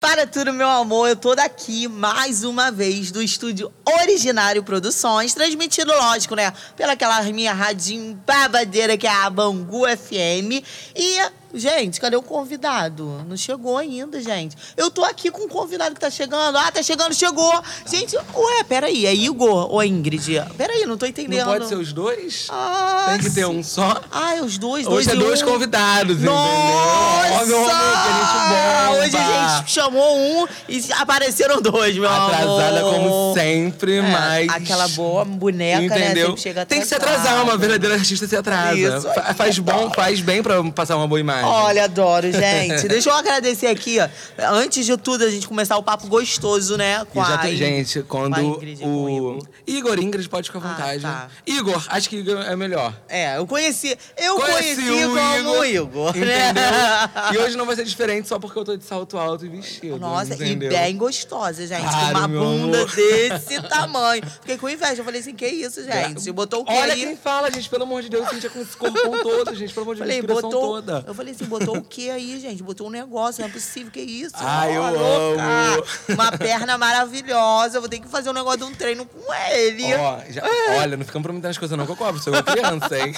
Para tudo, meu amor, eu tô daqui mais uma vez do estúdio Originário Produções, transmitido, lógico, né, pelaquela minha radinho babadeira que é a Bangu FM. E, gente, cadê o convidado? Não chegou ainda, gente. Eu tô aqui com um convidado que tá chegando. Ah, tá chegando, chegou. Gente, ué, peraí, é Igor ou é Ingrid? Peraí, não tô entendendo. Não pode ser os dois? Ah, Tem que ter um só? Ah, é os dois, dois Hoje é e dois um. convidados, entendeu? Nossa! Ó, meu amor, que a gente Hoje a bomba. gente chamou um e apareceram dois, meu Atrasada amor. como sempre, É, mas... Aquela boa boneca, né? Entendeu? Sempre chega Tem que se atrasada. atrasar, é uma verdadeira artista se atrasa. Isso aí, Fa- faz bom, adoro. faz bem pra passar uma boa imagem. Olha, adoro, gente. Deixa eu agradecer aqui, ó. Antes de tudo, a gente começar o papo gostoso, né? E já tem In- gente quando com a Ingrid e com o o Igor Ingrid pode ficar à Ah, vontade. tá. Igor, acho que Igor é melhor. É, eu conheci. Eu Conheci conheci, o como o Igor. né? Entendeu? E hoje não vai ser diferente só porque eu tô de salto alto e vestido. Nossa, entendeu? e bem gostosa, gente. Claro, com uma meu bunda amor. desse tamanho. Fiquei com inveja. Eu falei assim, que isso, gente? Botou o quê Olha aí? quem fala, gente, pelo amor de Deus, Cintia com esse corpão todo, gente, pelo amor de Deus, Falei, inspiração botou, toda. Eu falei assim, botou o que aí, gente? Botou um negócio, não é possível, que isso? Ai, Ó, eu amo. Uma perna maravilhosa, eu vou ter que fazer um negócio de um treino com ele. Ó, já- olha, não ficamos prometendo as coisas não que eu cobro, sou eu criança, hein?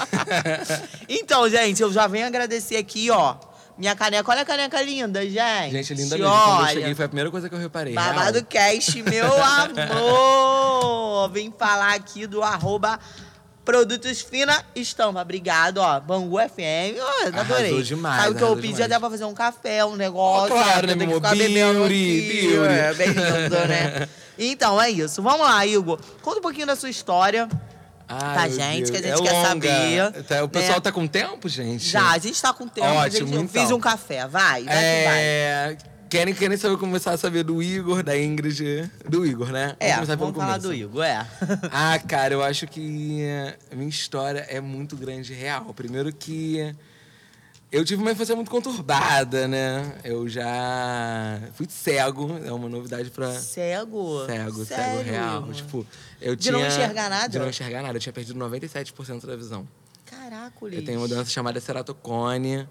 Então, gente, eu já venho agradecer aqui, ó. Minha caneca, olha a caneca linda, gente. gente, linda mesmo. Quando eu cheguei, olha. foi a primeira coisa que eu reparei. Babado É real. Cast, meu amor! Vim falar aqui do arroba Produtos Fina Estampa. Obrigado, ó. Bangu FM. Ó, adorei. Arrasou demais, Sabe o que eu arrasou pedi? demais. Dá pra fazer um café, um negócio. Ó, claro, eu né, tenho que meu ficar amor? bebendo Beauty, aqui, beauty. É, bem lindo, né? Então, é isso. Vamos lá, Igor. Conta um pouquinho da sua história Ai, pra meu Tá, gente, que a Deus, É gente quer longa. saber, Tá, O né? pessoal tá com tempo, gente? já. A gente tá com tempo. Ótimo, gente, eu então. fiz um café. Vai, vai que vai. É. Querem, querem saber, começar a saber do Igor, da Ingrid? Do Igor, né? É, começar pelo vamos falar começo. do Igor, é. Ah, cara, eu acho que eh, a minha história é muito grande e real. Primeiro que eu tive uma infância muito conturbada, né? Eu já fui cego, é uma novidade pra... Cego. Cego, cego Sério, real. Igor? Tipo, eu De tinha... não enxergar nada? De não enxergar nada. Eu tinha perdido 97% da visão. Caraca, Eu tenho uma doença chamada ceratocone.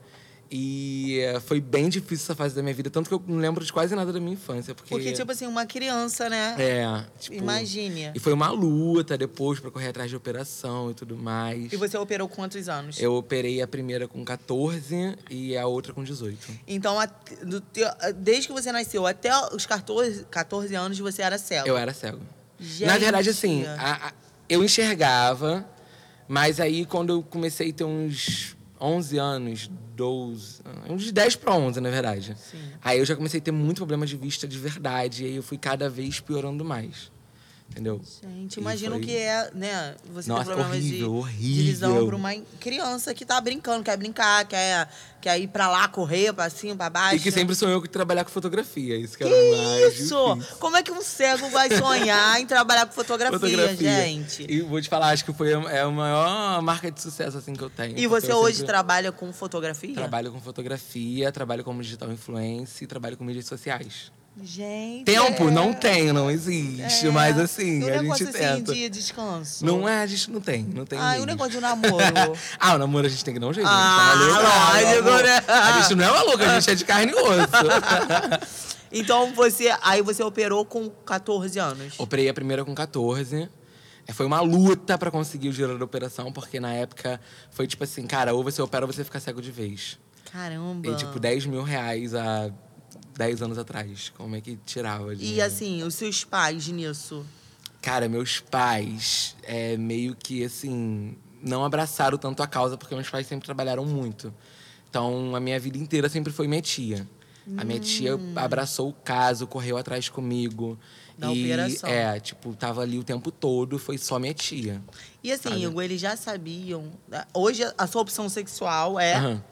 E eh, foi bem difícil essa fase da minha vida. Tanto que eu não lembro de quase nada da minha infância. Porque, Porque, tipo assim, uma criança, né? É, tipo... Imagine. E foi uma luta depois pra correr atrás de operação e tudo mais. E você operou quantos anos? Eu operei a primeira com 14 e a outra com 18. Então, a- do teu- desde que você nasceu até os 14, 14 anos, você era cego. Eu era cego. Tá Gente. Na verdade, assim, a- a- eu enxergava, mas aí quando eu comecei a ter uns 11 anos, 12, ah, uns de 10 para 11, na verdade. Aí eu já comecei a ter muito problema de vista de verdade, e aí eu fui cada vez piorando mais. Entendeu? Gente, E imagina o foi- que é, né? Você Nossa, tem problemas de- horrível, de, visão horrível. pra uma criança que tá brincando, quer brincar, quer, quer ir pra lá, correr, pra cima, pra baixo. E que sempre sou eu que trabalhar com fotografia, isso que, Que era mais isso? difícil. Como é que um cego vai sonhar em trabalhar com fotografia, gente? E vou te falar, acho que foi a, é a maior marca de sucesso assim que eu tenho. E porque você eu hoje tá sempre trabalha com fotografia? Trabalho com fotografia, trabalho como digital influencer e trabalho com mídias sociais. Gente. Tempo é- não tem, não existe, é. mas E assim, o a negócio gente assim, tenta. de descanso. Não é, a gente não tem, não tem. Ah, e o mesmo. negócio de namoro. ah, o namoro a gente tem que dar um jeito. Ah, a gente tá maluco, lógico, amor. né? A gente não é maluco, a gente é de carne e osso. então você. Aí você operou com 14 anos. Operei a primeira com 14. É, Foi uma luta pra conseguir o dinheiro da operação, porque na época foi tipo assim, cara, ou você opera ou você fica cego de vez. Caramba. E tipo, 10 mil reais há 10 anos atrás. Como é que tirava? De... E assim, os seus pais nisso. Cara, meus pais é, meio que assim. Não abraçaram tanto a causa, porque meus pais sempre trabalharam muito. Então, a minha vida inteira sempre foi minha tia. A minha tia abraçou o caso, correu atrás comigo. Hum. Da e, operação. É, tipo, tava ali o tempo todo, foi só minha tia. E assim, Igor, eles já sabiam. né? Hoje a sua opção sexual é. Aham.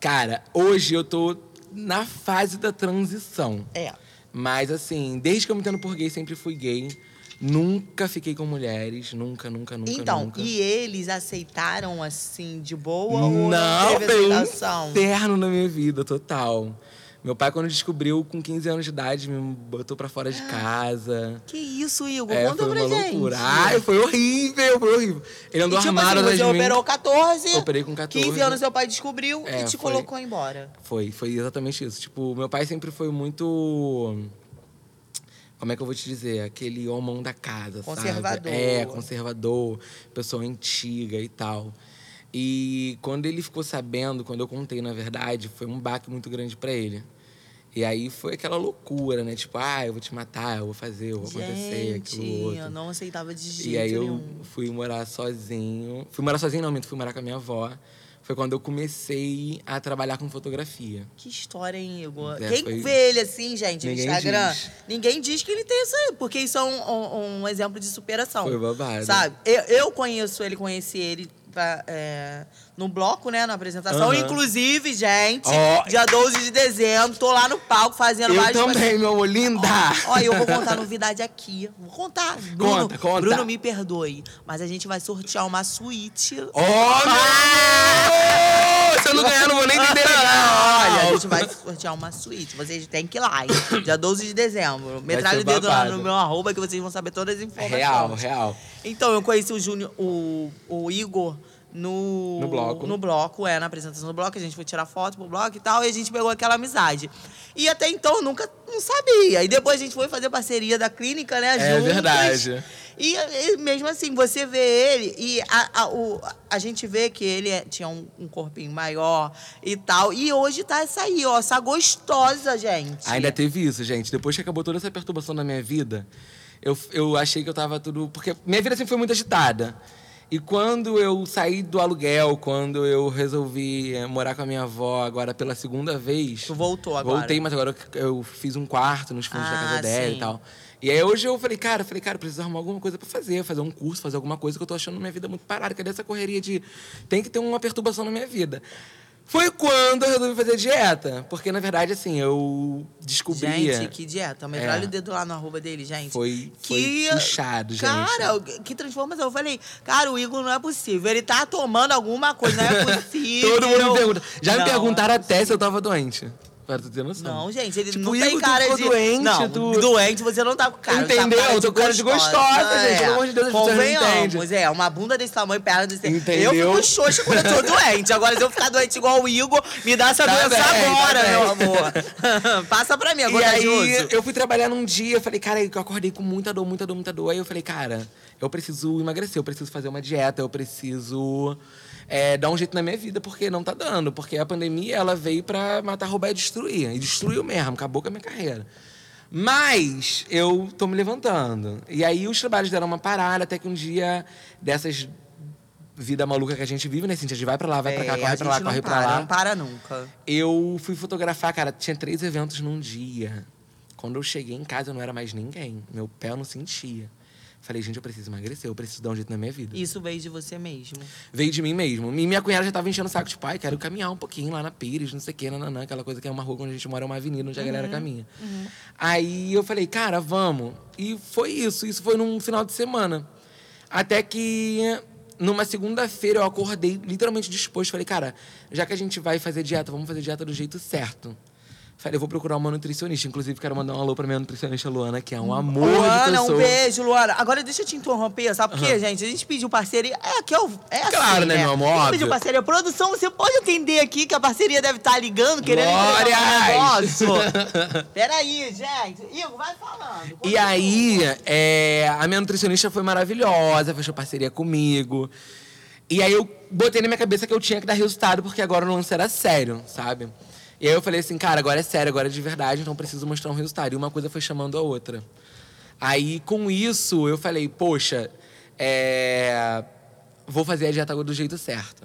Cara, hoje eu tô na fase da transição. É. Mas assim, desde que eu me entendo por gay, sempre fui gay. Nunca fiquei com mulheres, nunca, nunca, nunca, Então, nunca. e eles aceitaram assim, de boa? ou Não, teve foi um aceitação? inferno na minha vida, total. Meu pai, quando descobriu, com 15 anos de idade, me botou pra fora de casa. Que isso, Igor? É, Conta foi Ah. pra uma gente. loucura. Ai, foi horrível, foi horrível. Ele andou e, tipo armado assim, atrás você de mim. operou 14. Operei com 14. 15 anos seu pai descobriu É, e te foi. colocou embora. Foi, foi exatamente isso. Tipo, meu pai sempre foi muito. Como é que eu vou te dizer? Aquele homão da casa, Conservador. sabe? É, conservador, pessoa antiga e tal. E quando ele ficou sabendo, quando eu contei, na verdade, foi um baque muito grande pra ele. E aí foi aquela loucura, né? Tipo, ah, eu vou te matar, eu vou fazer, eu vou acontecer, Gente, aquilo outro. eu não aceitava de jeito E aí eu nenhum. fui morar sozinho. Fui morar sozinho, não, minto, fui morar com a minha avó. Foi quando eu comecei a trabalhar com fotografia. Que história, hein, Igor? É, Quem foi- vê ele assim, gente, Ninguém no Instagram, diz. ninguém diz que ele tem isso aí, porque isso é um, um- um exemplo de superação. Foi babado. Sabe? Eu, eu conheço ele, conheci ele pra- é, no bloco, né? Na apresentação. Aham. Inclusive, gente, Ó. dia 12 de dezembro, tô lá no palco fazendo Eu várias também, meu amor, linda! Olha, eu vou contar novidade aqui. Vou contar. Bruno, Conta, conta. Bruno, me perdoe, mas a gente vai sortear uma suíte. Ó, meu amor! Se eu não ganhar, não vou nem entender nada. Olha, a gente vai sortear uma suíte. Vocês têm que ir lá, hein? Dia 12 de dezembro. Metralha ser o dedo lá babado. no meu arroba que vocês vão saber todas as informações. É Real, real. Então, eu conheci o Júnior, o, o Igor no, No bloco. No bloco, é, na apresentação do bloco. A gente foi tirar foto pro bloco e tal, e a gente pegou aquela amizade. E até então eu nunca não sabia. E depois a gente foi fazer parceria da clínica, né? É juntas. verdade. E, e mesmo assim, você vê ele e a, a, o- a gente vê que ele é- tinha um, um corpinho maior e tal. E hoje tá essa aí, ó, essa gostosa, gente. Ainda teve isso, gente. Depois que acabou toda essa perturbação da minha vida, eu, eu achei que eu tava tudo. Porque minha vida sempre foi muito agitada. E quando eu saí do aluguel, quando eu resolvi eh, morar com a minha avó agora pela segunda vez. Tu voltou agora. Voltei, mas agora eu eu fiz um quarto nos fundos da Ah, casa dela sim. e tal. E aí hoje eu falei, cara, eu falei, cara, eu preciso arrumar alguma coisa pra fazer, fazer um curso, fazer alguma coisa que eu tô achando minha vida muito parada. Cadê essa correria de. Tem que ter uma perturbação na minha vida. Foi quando eu resolvi fazer dieta. Porque, na verdade, assim, eu descobria. Gente, que dieta. Metralha É. o dedo lá no arroba dele, gente. Foi- foi puxado, gente. Cara, que transformação. Eu falei, cara, o Igor não é possível. Ele tá tomando alguma coisa, não é possível. Todo mundo me pergunta. Já Não, me perguntaram até se eu tava doente. Pra tu ter noção. Não, gente, ele Tipo, não tem Igor, tu cara ficou de... doente, não, tu- doente você não tá com cara. você Entendeu? Tá com Eu tô com cara de gostosa, gente. Pelo amor de Deus, as pessoas não Convenhamos, entendem. é. Uma bunda desse tamanho, perna desse tamanho. Entendeu? Eu fico xoxa quando eu tô doente. Agora, se eu ficar doente igual o Igor, me dá essa Tá doença bem, tá agora, bem. meu amor. Passa pra mim, agora E aí, eu fui trabalhar num dia, eu falei, cara, eu acordei com muita dor, muita dor, muita dor. Aí eu falei, cara, eu preciso emagrecer, eu preciso fazer uma dieta, eu preciso é, dar um jeito na minha vida, porque não tá dando. Porque a pandemia, ela veio pra matar, roubar e destruir. E destruiu mesmo, acabou com a minha carreira. Mas eu tô me levantando. E aí os trabalhos deram uma parada, até que um dia dessas vida maluca que a gente vive, né? Cintia? A gente vai pra lá, vai pra cá, É, corre a pra lá, gente não corre pra para, lá. Não para nunca. Eu fui fotografar, cara, tinha três eventos num dia. Quando eu cheguei em casa, eu não era mais ninguém. Meu pé eu não sentia. Falei, gente, eu preciso emagrecer, eu preciso dar um jeito na minha vida. Isso veio de você mesmo. Veio de mim mesmo. E minha cunhada já tava enchendo o saco de pai, quero caminhar um pouquinho lá na Pires, não sei o que, nananã, aquela coisa que é uma rua onde a gente mora, é uma avenida onde a Uhum. galera caminha. Aí eu falei, cara, vamos. E foi isso, isso foi num final de semana. Até que numa segunda-feira eu acordei literalmente disposto. Falei, cara, já que a gente vai fazer dieta, vamos fazer dieta do jeito certo. Falei, eu vou procurar uma nutricionista. Inclusive, quero mandar um alô pra minha nutricionista Luana, que é um amor de Luana, pessoa. um beijo, Luana. Agora deixa eu te interromper, sabe por quê, gente? A gente pediu parceria. É que eu. É Claro, assim, né, meu amor? A gente Óbvio. pediu parceria. Produção, você pode atender aqui que a parceria deve estar ligando, querendo entregar um Glórias! negócio. Peraí, gente. Igor, vai falando. E Continua. aí, é, a minha nutricionista foi maravilhosa, fechou parceria comigo. E aí eu botei na minha cabeça que eu tinha que dar resultado, porque agora o lance era sério, sabe? E aí eu falei assim, cara, agora é sério, agora é de verdade, então eu preciso mostrar um resultado. E uma coisa foi chamando a outra. Aí, com isso, eu falei, poxa, é, vou fazer a dieta do jeito certo.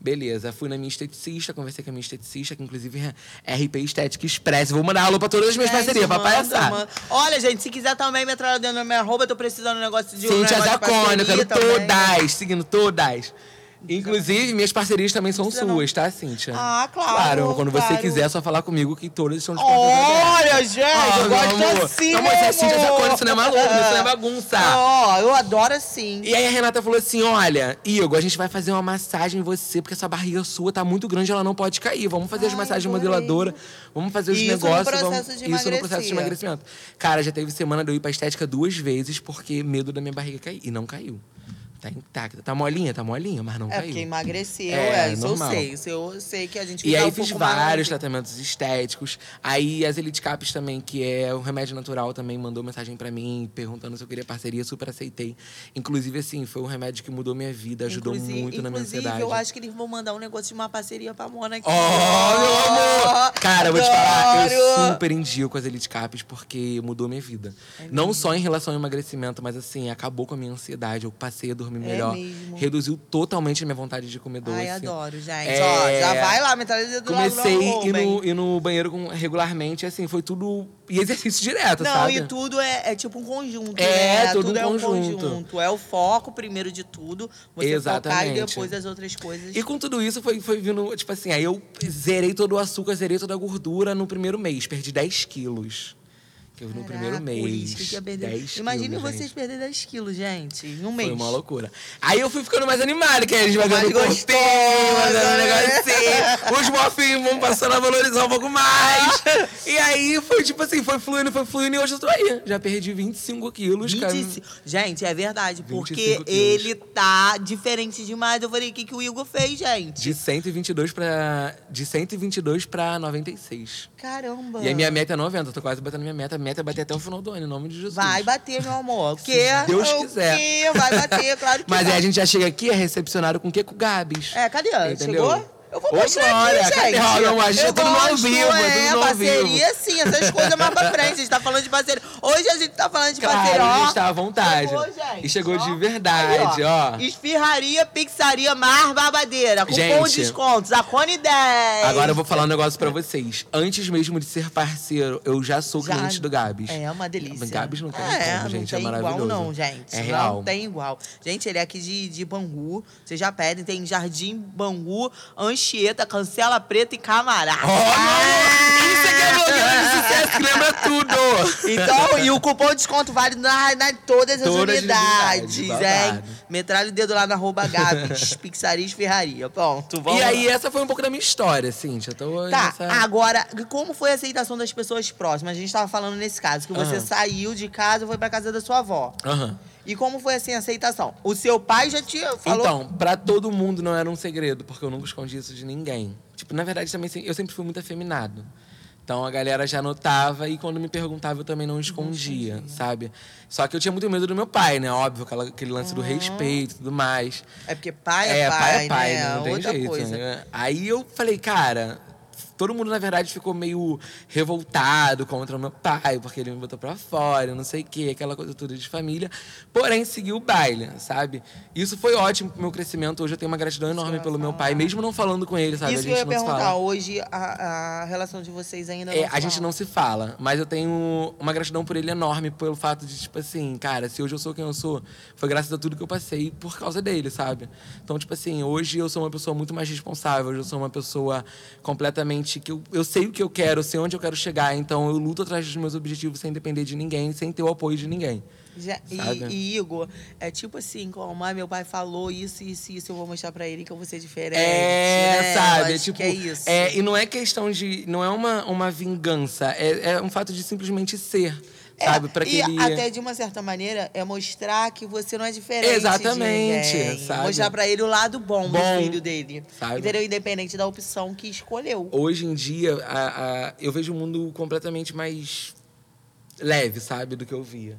Beleza, fui na minha esteticista, conversei com a minha esteticista, que inclusive é RP Estética Express. Vou mandar alô pra todas as minhas Gente, parcerias, papai manda, assado. manda. Olha, gente, se quiser também me entrar dentro da minha arroba, eu tô precisando de um negócio de um negócio Cintia de Zacone, eu parceria quero também. todas, seguindo todas. é Inclusive, minhas parcerias também são Precisa suas, tá, Cíntia? é Ah, claro, Claro, quando você claro. quiser, é só falar comigo que todas estão Olha, gente, eu assim. Ah, meu gosto amor. assim, Não, mas é assim, já amor. sacou, isso não é maluco, isso não é bagunça. Ó, eu adoro assim. E aí a Renata falou assim: olha, Igor, a gente vai fazer uma massagem em você, porque essa barriga sua tá muito grande, ela não pode cair. Vamos fazer as Ai, massagens adorei. modeladoras, vamos fazer os Isso no negócios. processo vamos... de Isso no processo de emagrecer. emagrecimento. Cara, já teve semana de eu ir pra estética duas vezes, porque medo da minha barriga cair. E não caiu. Tá intacta. Tá molinha, tá molinha, mas não É caiu. porque emagreceu, É, é, isso normal. eu sei. Isso eu sei que a gente E dá aí um fiz pouco mais. vários tratamentos estéticos. Aí as Elite Caps também, que é um remédio natural, também mandou mensagem pra mim perguntando se eu queria parceria, super aceitei. Inclusive assim, foi um remédio que mudou minha vida, ajudou Inclusive- muito na minha inclusive, ansiedade. eu acho que eles vão mandar um negócio de uma parceria pra Mona aqui. Oh, meu amor! Cara, eu vou te falar, eu Adoro! É super indico as Elite Caps porque mudou minha vida. Não só em relação ao emagrecimento, mas assim, acabou com a minha ansiedade. Eu passei a dormir É melhor. mesmo. Reduziu totalmente a minha vontade de comer doce. Ai, adoro, gente. É. Ó, já vai lá, mentalidade do Comecei Lauro a ir Homem. no, ir no banheiro com- regularmente, assim, foi tudo. E exercício direto, Não, sabe? e tudo é, é tipo um conjunto, É, né? tudo um é conjunto. É o foco primeiro de tudo. Você focar e Exatamente. depois as outras coisas. E com tudo isso foi, foi vindo, tipo assim, aí eu zerei todo o açúcar, zerei toda a gordura no primeiro mês. Perdi 10 quilos. Que eu no Caraca, primeiro mês. o uísque que ia perder. 10 Imagine quilos, né, vocês gente. perderem 10 quilos, gente, em um mês. Foi uma loucura. Aí eu fui ficando mais animado, que aí a gente vai Mais dando gostosa, cortinho, vai dando um né? negocinho. Os mofinhos vão passando a valorizar um pouco mais. E aí foi tipo assim, foi fluindo, foi fluindo. E hoje eu tô aí. Já perdi 25 quilos, cara. 25. Gente, é verdade, porque 25 quilos. ele tá diferente demais. Eu falei, o que, que o Igor fez, gente? De 122 pra. De 122 pra 96. Caramba. E a minha meta é 90, eu tô quase batendo minha meta. A meta é bater até o final do ano, em nome de Jesus. Vai bater, meu amor. O quê? Se Deus O quiser. quê? Vai bater, é claro que Mas aí vai. a gente já chega aqui, é recepcionado com o quê? Com o Gabs. É, cadê? Entendeu? Chegou? Eu vou Ô, mostrar Glória, aqui, cadê? gente. Ó, não, a gente Eu é tudo no ao gosto, vivo, é é, tudo no ao vivo. parceria sim, essas coisas mais pra frente. A gente tá falando de parceria. Hoje a gente tá falando de Claro, parceria, a ó. gente tá à vontade. Chegou, gente, e chegou ó. de verdade, Aí, ó. Esfirraria, pizzaria, mar, babadeira. Cupom Gente. de descontos, a Cone 10. Agora eu vou é falar um negócio pra vocês. Antes mesmo de ser parceiro, eu já sou Já- cliente do Gabs. É uma delícia. Gabs não tem é, como, gente, Não tem é igual, maravilhoso. não, gente. É não real. tem igual. Gente, ele é aqui de, de Bangu. Vocês já pedem, tem Jardim Bangu, Anchieta, Cancela Preta e Camará. Ah! Ó, meu amor! Isso aqui é blogueira de sucesso, que lembra tudo! Então, e o cupom de desconto vale na, na- todas as Todas as unidades, unidades, hein? babado. Metralha o dedo lá na arroba Gabs, Pixaria e Ferraria. Pronto, vamos E aí, lá. essa foi um pouco da minha história, Cíntia. Tô Tá, nessa- agora, como foi a aceitação das pessoas próximas? A gente tava falando nesse caso, que você Aham. saiu de casa e foi pra casa da sua avó. Aham. E como foi assim a aceitação? O seu pai já te falou. Então, pra todo mundo não era um segredo, porque eu nunca escondi isso de ninguém. Tipo, na verdade, também se- eu sempre fui muito afeminado. Então a galera já notava e quando me perguntava eu também não escondia, sabe? Só que eu tinha muito medo do meu pai, né? Óbvio, aquela- aquele lance do respeito e tudo mais. é porque pai é, pai, né? Não tem Outra jeito, coisa. né? Aí eu falei, cara, todo mundo, na verdade, ficou meio revoltado contra o meu pai, porque ele me botou pra fora, não sei o quê, aquela coisa toda de família. Porém, seguiu o baile, sabe? Isso foi ótimo pro meu crescimento. Hoje eu tenho uma gratidão enorme pelo meu pai, mesmo não falando com ele, sabe? é Isso a que eu gente ia não se perguntar. fala. Hoje a, a relação de vocês ainda É, não. a gente não se fala, mas eu tenho uma gratidão por ele enorme, pelo fato de, tipo assim, cara, se hoje eu sou quem eu sou, foi graças a tudo que eu passei por causa dele, sabe? Então, tipo assim, hoje eu sou uma pessoa muito mais responsável, hoje eu sou uma pessoa completamente que eu, eu sei o que eu quero, eu sei onde eu quero chegar, então eu luto atrás dos meus objetivos sem depender de ninguém, sem ter o apoio de ninguém. Já- e- Sabe? e, Igor, é tipo assim, como ah, meu pai falou isso, isso, isso, eu vou mostrar pra ele que eu vou ser diferente. É, né? Eu sabe? acho tipo, que é isso. é, e não é questão de. Não é uma, uma vingança, é, é um fato de simplesmente ser, É, sabe? Pra que e ele... até de uma certa maneira é mostrar que você não é diferente. de Exatamente, ninguém. sabe? Mostrar pra ele o lado bom, Bom, do filho dele. sabe? Entendeu? Independente da opção que escolheu. hoje em dia, a- a- eu vejo o mundo completamente mais leve, sabe, do que eu via.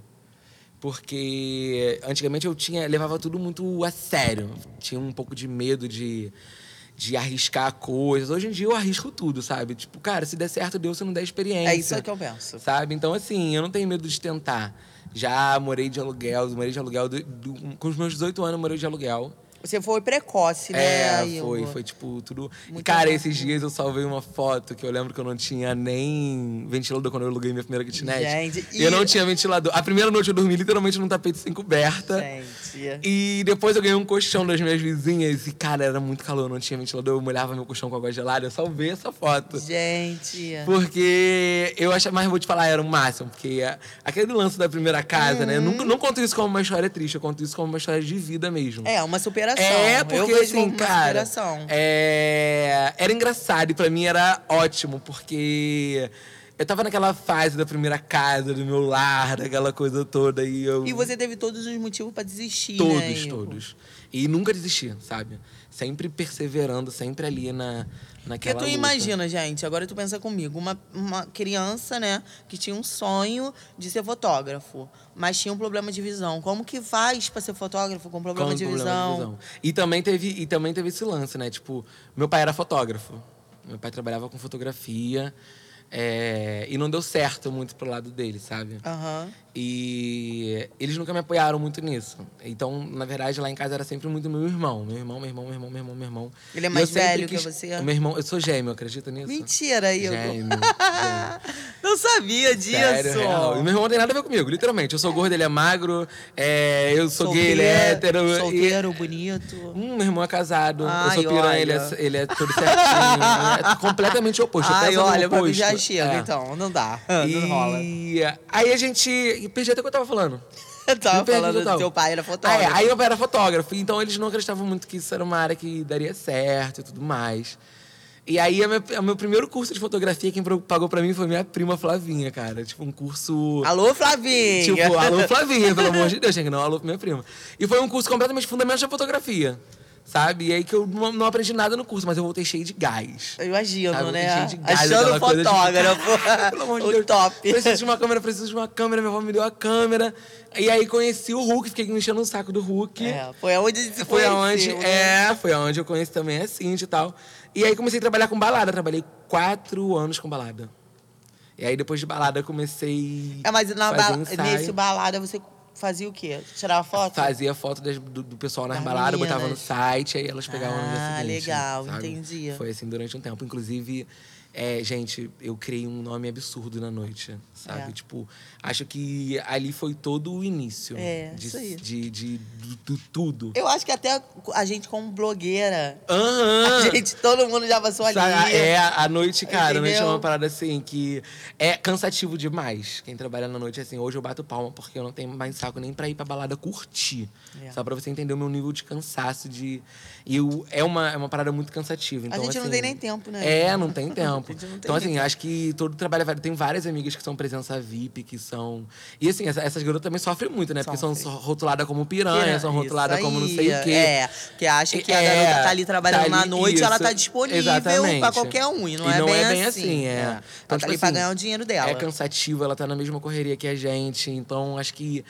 Porque antigamente eu tinha levava tudo muito a sério. Tinha um pouco de medo de, de arriscar coisas. Hoje em dia eu arrisco tudo, sabe? Tipo, cara, se der certo, deu, se não der experiência. É isso que eu penso. Sabe? Então, assim, eu não tenho medo de tentar. Já morei de aluguel, morei de aluguel. do- do- com os meus 18 anos, eu morei de aluguel. Você foi precoce, né? É, Igor? foi, foi tipo tudo. E, Muito cara, bom. esses dias eu salvei uma foto que eu lembro que eu não tinha nem ventilador quando eu aluguei minha primeira kitnet. Gente, Eu e- não tinha ventilador. A primeira noite eu dormi literalmente num tapete sem coberta. Gente. Entendi. E depois eu ganhei um colchão das minhas vizinhas. E, cara, era muito calor, não tinha ventilador. Eu molhava meu colchão com água gelada. Eu salvei essa foto. Gente. Porque eu achava, mas vou te falar, era o máximo. Porque a- aquele lance da primeira casa, né? Eu Uhum. não, não conto isso como uma história triste, eu conto isso como uma história de vida mesmo. É, uma superação. É, porque eu vejo assim, uma cara. superação. é, Era engraçado e pra mim era ótimo, porque eu tava naquela fase da primeira casa, do meu lar, daquela coisa toda. E, eu, E você teve todos os motivos pra desistir, um Todos, né? Igor? todos. E nunca desisti, sabe? Sempre perseverando, sempre ali na, Porque naquela. tu luta. imagina, gente, agora tu pensa comigo, uma, uma criança, né, que tinha um sonho de ser fotógrafo, mas tinha um problema de visão. Como que faz pra ser fotógrafo com um Com um problema, o de, visão? E também, teve, e também teve esse lance, né? Tipo, meu pai era fotógrafo. Meu pai trabalhava com fotografia. é, e não deu certo muito pro lado dele, sabe? Aham. E eles nunca me apoiaram muito nisso. Então, na verdade, lá em casa era sempre muito meu irmão. Meu irmão, meu irmão, meu irmão, meu irmão, meu irmão. Ele é E mais eu sempre velho que você? Meu irmão, eu sou gêmeo, acredita nisso? Mentira, Igor. Gêmeo, gêmeo. Não sabia disso. Sério, real. E meu irmão não tem nada a ver comigo, literalmente. Eu sou gordo, ele é magro, é, eu sou gay, ele é hétero. e- Solteiro, bonito. Hum, meu irmão é casado, Ai, eu sou piranha, olha. ele é, ele é tudo certinho. é completamente oposto. eu Ai, peso no olha, pra mim oposto. já chega, É. Ah, então. Não dá. Não rola. E aí a gente. e Perdi até o que eu tava falando. Eu tava Me perdi falando do total. teu pai era Ah, é, fotógrafo. aí eu era fotógrafo, então eles não acreditavam muito que isso era uma área que daria certo e tudo mais. E aí, a minha- o meu primeiro curso de fotografia, quem pro- pagou pra mim foi minha prima Flavinha, cara. Tipo, um curso. Alô, Flavinha! Tipo, alô Flavinha, pelo amor de Deus, gente, não, alô minha prima. E foi um curso completamente fundamental de fotografia, sabe? E aí que eu não não aprendi nada no curso, mas eu voltei cheio de gás. Eu imagino, Sabe, né? tem gente gás, Achando aquela coisa, tipo, fotógrafo. "Caraca, pelo amor de o Deus, tipo top. Preciso de uma câmera, preciso de uma câmera. Minha avó me deu a câmera. E aí conheci o Hulk, fiquei me enchendo o saco do Hulk. É, foi aonde se Foi conheceu, aonde, né? é, foi aonde eu conheci também a Cindy e tal. E aí comecei a trabalhar com balada. Trabalhei quatro anos com balada. E aí depois de balada eu comecei. É, mas na fazer bala- um ensaio. nesse balada você fazia o quê? Tirava foto? Fazia foto das- do, do pessoal nas Das baladas, botava no meninas. site, aí elas pegavam no dia Ah, seguinte. legal, sabe? entendi. Foi assim durante um tempo. Inclusive, é, gente, eu criei um nome absurdo na noite, sabe? É. Tipo, acho que ali foi todo o início É, de, isso aí. de, de- do, do tudo. Eu acho que até a gente como blogueira, Aham! a gente, todo mundo já passou ali. Sabe, Ah. É, a noite, cara, a noite é Entendeu? uma parada assim que é cansativo demais. Quem trabalha na noite, assim, hoje eu bato palma porque eu não tenho mais saco nem pra ir pra balada curtir. É. Só pra você entender o meu nível de cansaço, de. E o- é, uma, é uma parada muito cansativa. Então, gente não assim, tem nem tempo, né? É, não tem tempo. gente não tem então, assim, acho que todo trabalho. vale- Tem várias amigas que são presença VIP, que são. E assim, essa- essas garotas também sofrem muito, né? Porque são Sofrem. rotuladas como piranha, são Isso rotuladas como não sei aí, o quê. É, que acha que a É, garota tá ali trabalhando tá na ali, noite, ela isso, tá disponível pra exatamente. qualquer um. E não, E é, não bem é bem assim, é. Ela Então, tá tipo ali pra assim, ganhar o dinheiro dela. É cansativo, ela tá na mesma correria que a gente. Então, acho que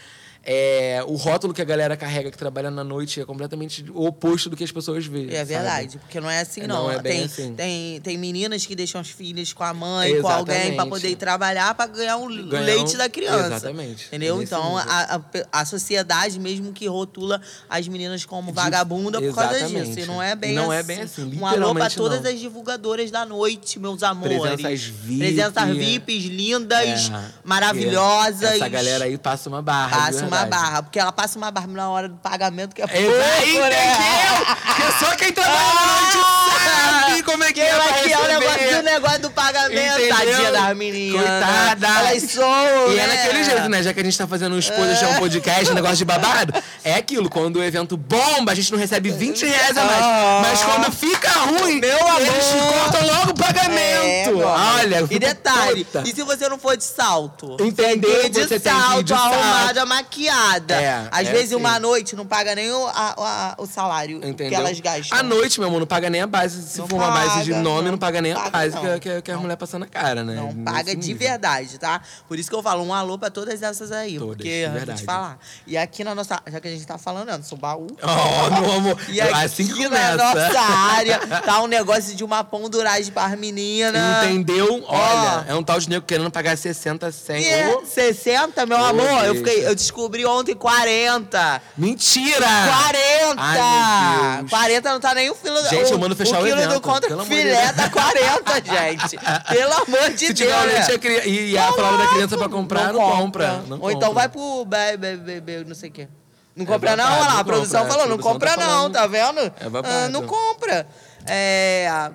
é, o rótulo que a galera carrega que trabalha na noite é completamente o oposto do que as pessoas veem. É sabe? verdade, porque não é assim, É, não. não é bem tem, assim. tem, tem meninas que deixam as filhas com a mãe, com Exatamente. alguém, pra poder ir trabalhar, pra ganhar o Ganhar um- leite da criança. Exatamente. É Entendeu? nesse Então, nível. a, a, a sociedade mesmo que rotula as meninas como vagabunda por causa disso. E Exatamente. não é bem Não assim. é bem assim, Um alô pra literalmente todas não. as divulgadoras da noite, meus amores. Presenças VIP. Presenças VIPs lindas, É, maravilhosas. Essa galera aí passa uma barra. de Passa uma verdade. barra, porque ela passa uma barra na hora do pagamento, que é Exa- pouco, né? Entendeu? Que só quem trabalha na Ah! noite sabe como é que Quem é pra vai criar o receber. negócio, o negócio do pagamento, Entendeu? tadinha das meninas. Coitada. Elas são, E né? é daquele jeito, né? Já que a gente tá fazendo um exposure, já é um podcast, um negócio de babado. É aquilo, quando o evento bomba, a gente não recebe 20 reais a mais. Ah. Mas quando fica ruim, Meu amor. eles cortam logo o É, pagamento. meu amor. Olha, eu E fico detalhe, puta. e se você não for de salto? Entendeu? E de Você tem que ir salto, de salto. arrumada, maquiada. É, Às é vezes, assim. uma noite não paga nem o, a- a- o salário que Entendeu? elas gastam. À noite, meu amor, não paga nem a base. Se Não for uma base de paga, nome, não não, paga nem a paga, base não. que, que, que a mulher passa na cara, né? Não Nesse paga de nível. verdade, tá? Por isso que eu falo um alô pra todas essas aí. Todas, porque, de eu vou te verdade. falar. E aqui na nossa. Já que a gente tá falando, Anderson, baú. Oh, meu amor. E assim que aqui começa. na nossa área tá um negócio de uma ponduragem para as meninas. Entendeu? Ó. Olha, é um tal de nego querendo pagar 60, 100. E é Ô, 60, meu Ô, amor, eu, besta. fiquei, eu descobri ontem 40. Mentira! 40! Ah. Ai, meu Deus. 40 não tá nem o filo Gente, o, eu mando fechar o quilo do evento, contra pelo amor de filé Deus. tá 40, gente. Pelo amor de Se Deus. tiver o né? leite a cri- e a fralda da criança pra comprar, não, compra. É, Não Ou então compra. vai pro. be- be- be- be- não sei o quê. Não compra não? babado, Olha lá, não a produção compra, falou, a não produção compra tá não, falando. tá vendo? É babado. Ah, não compra. É...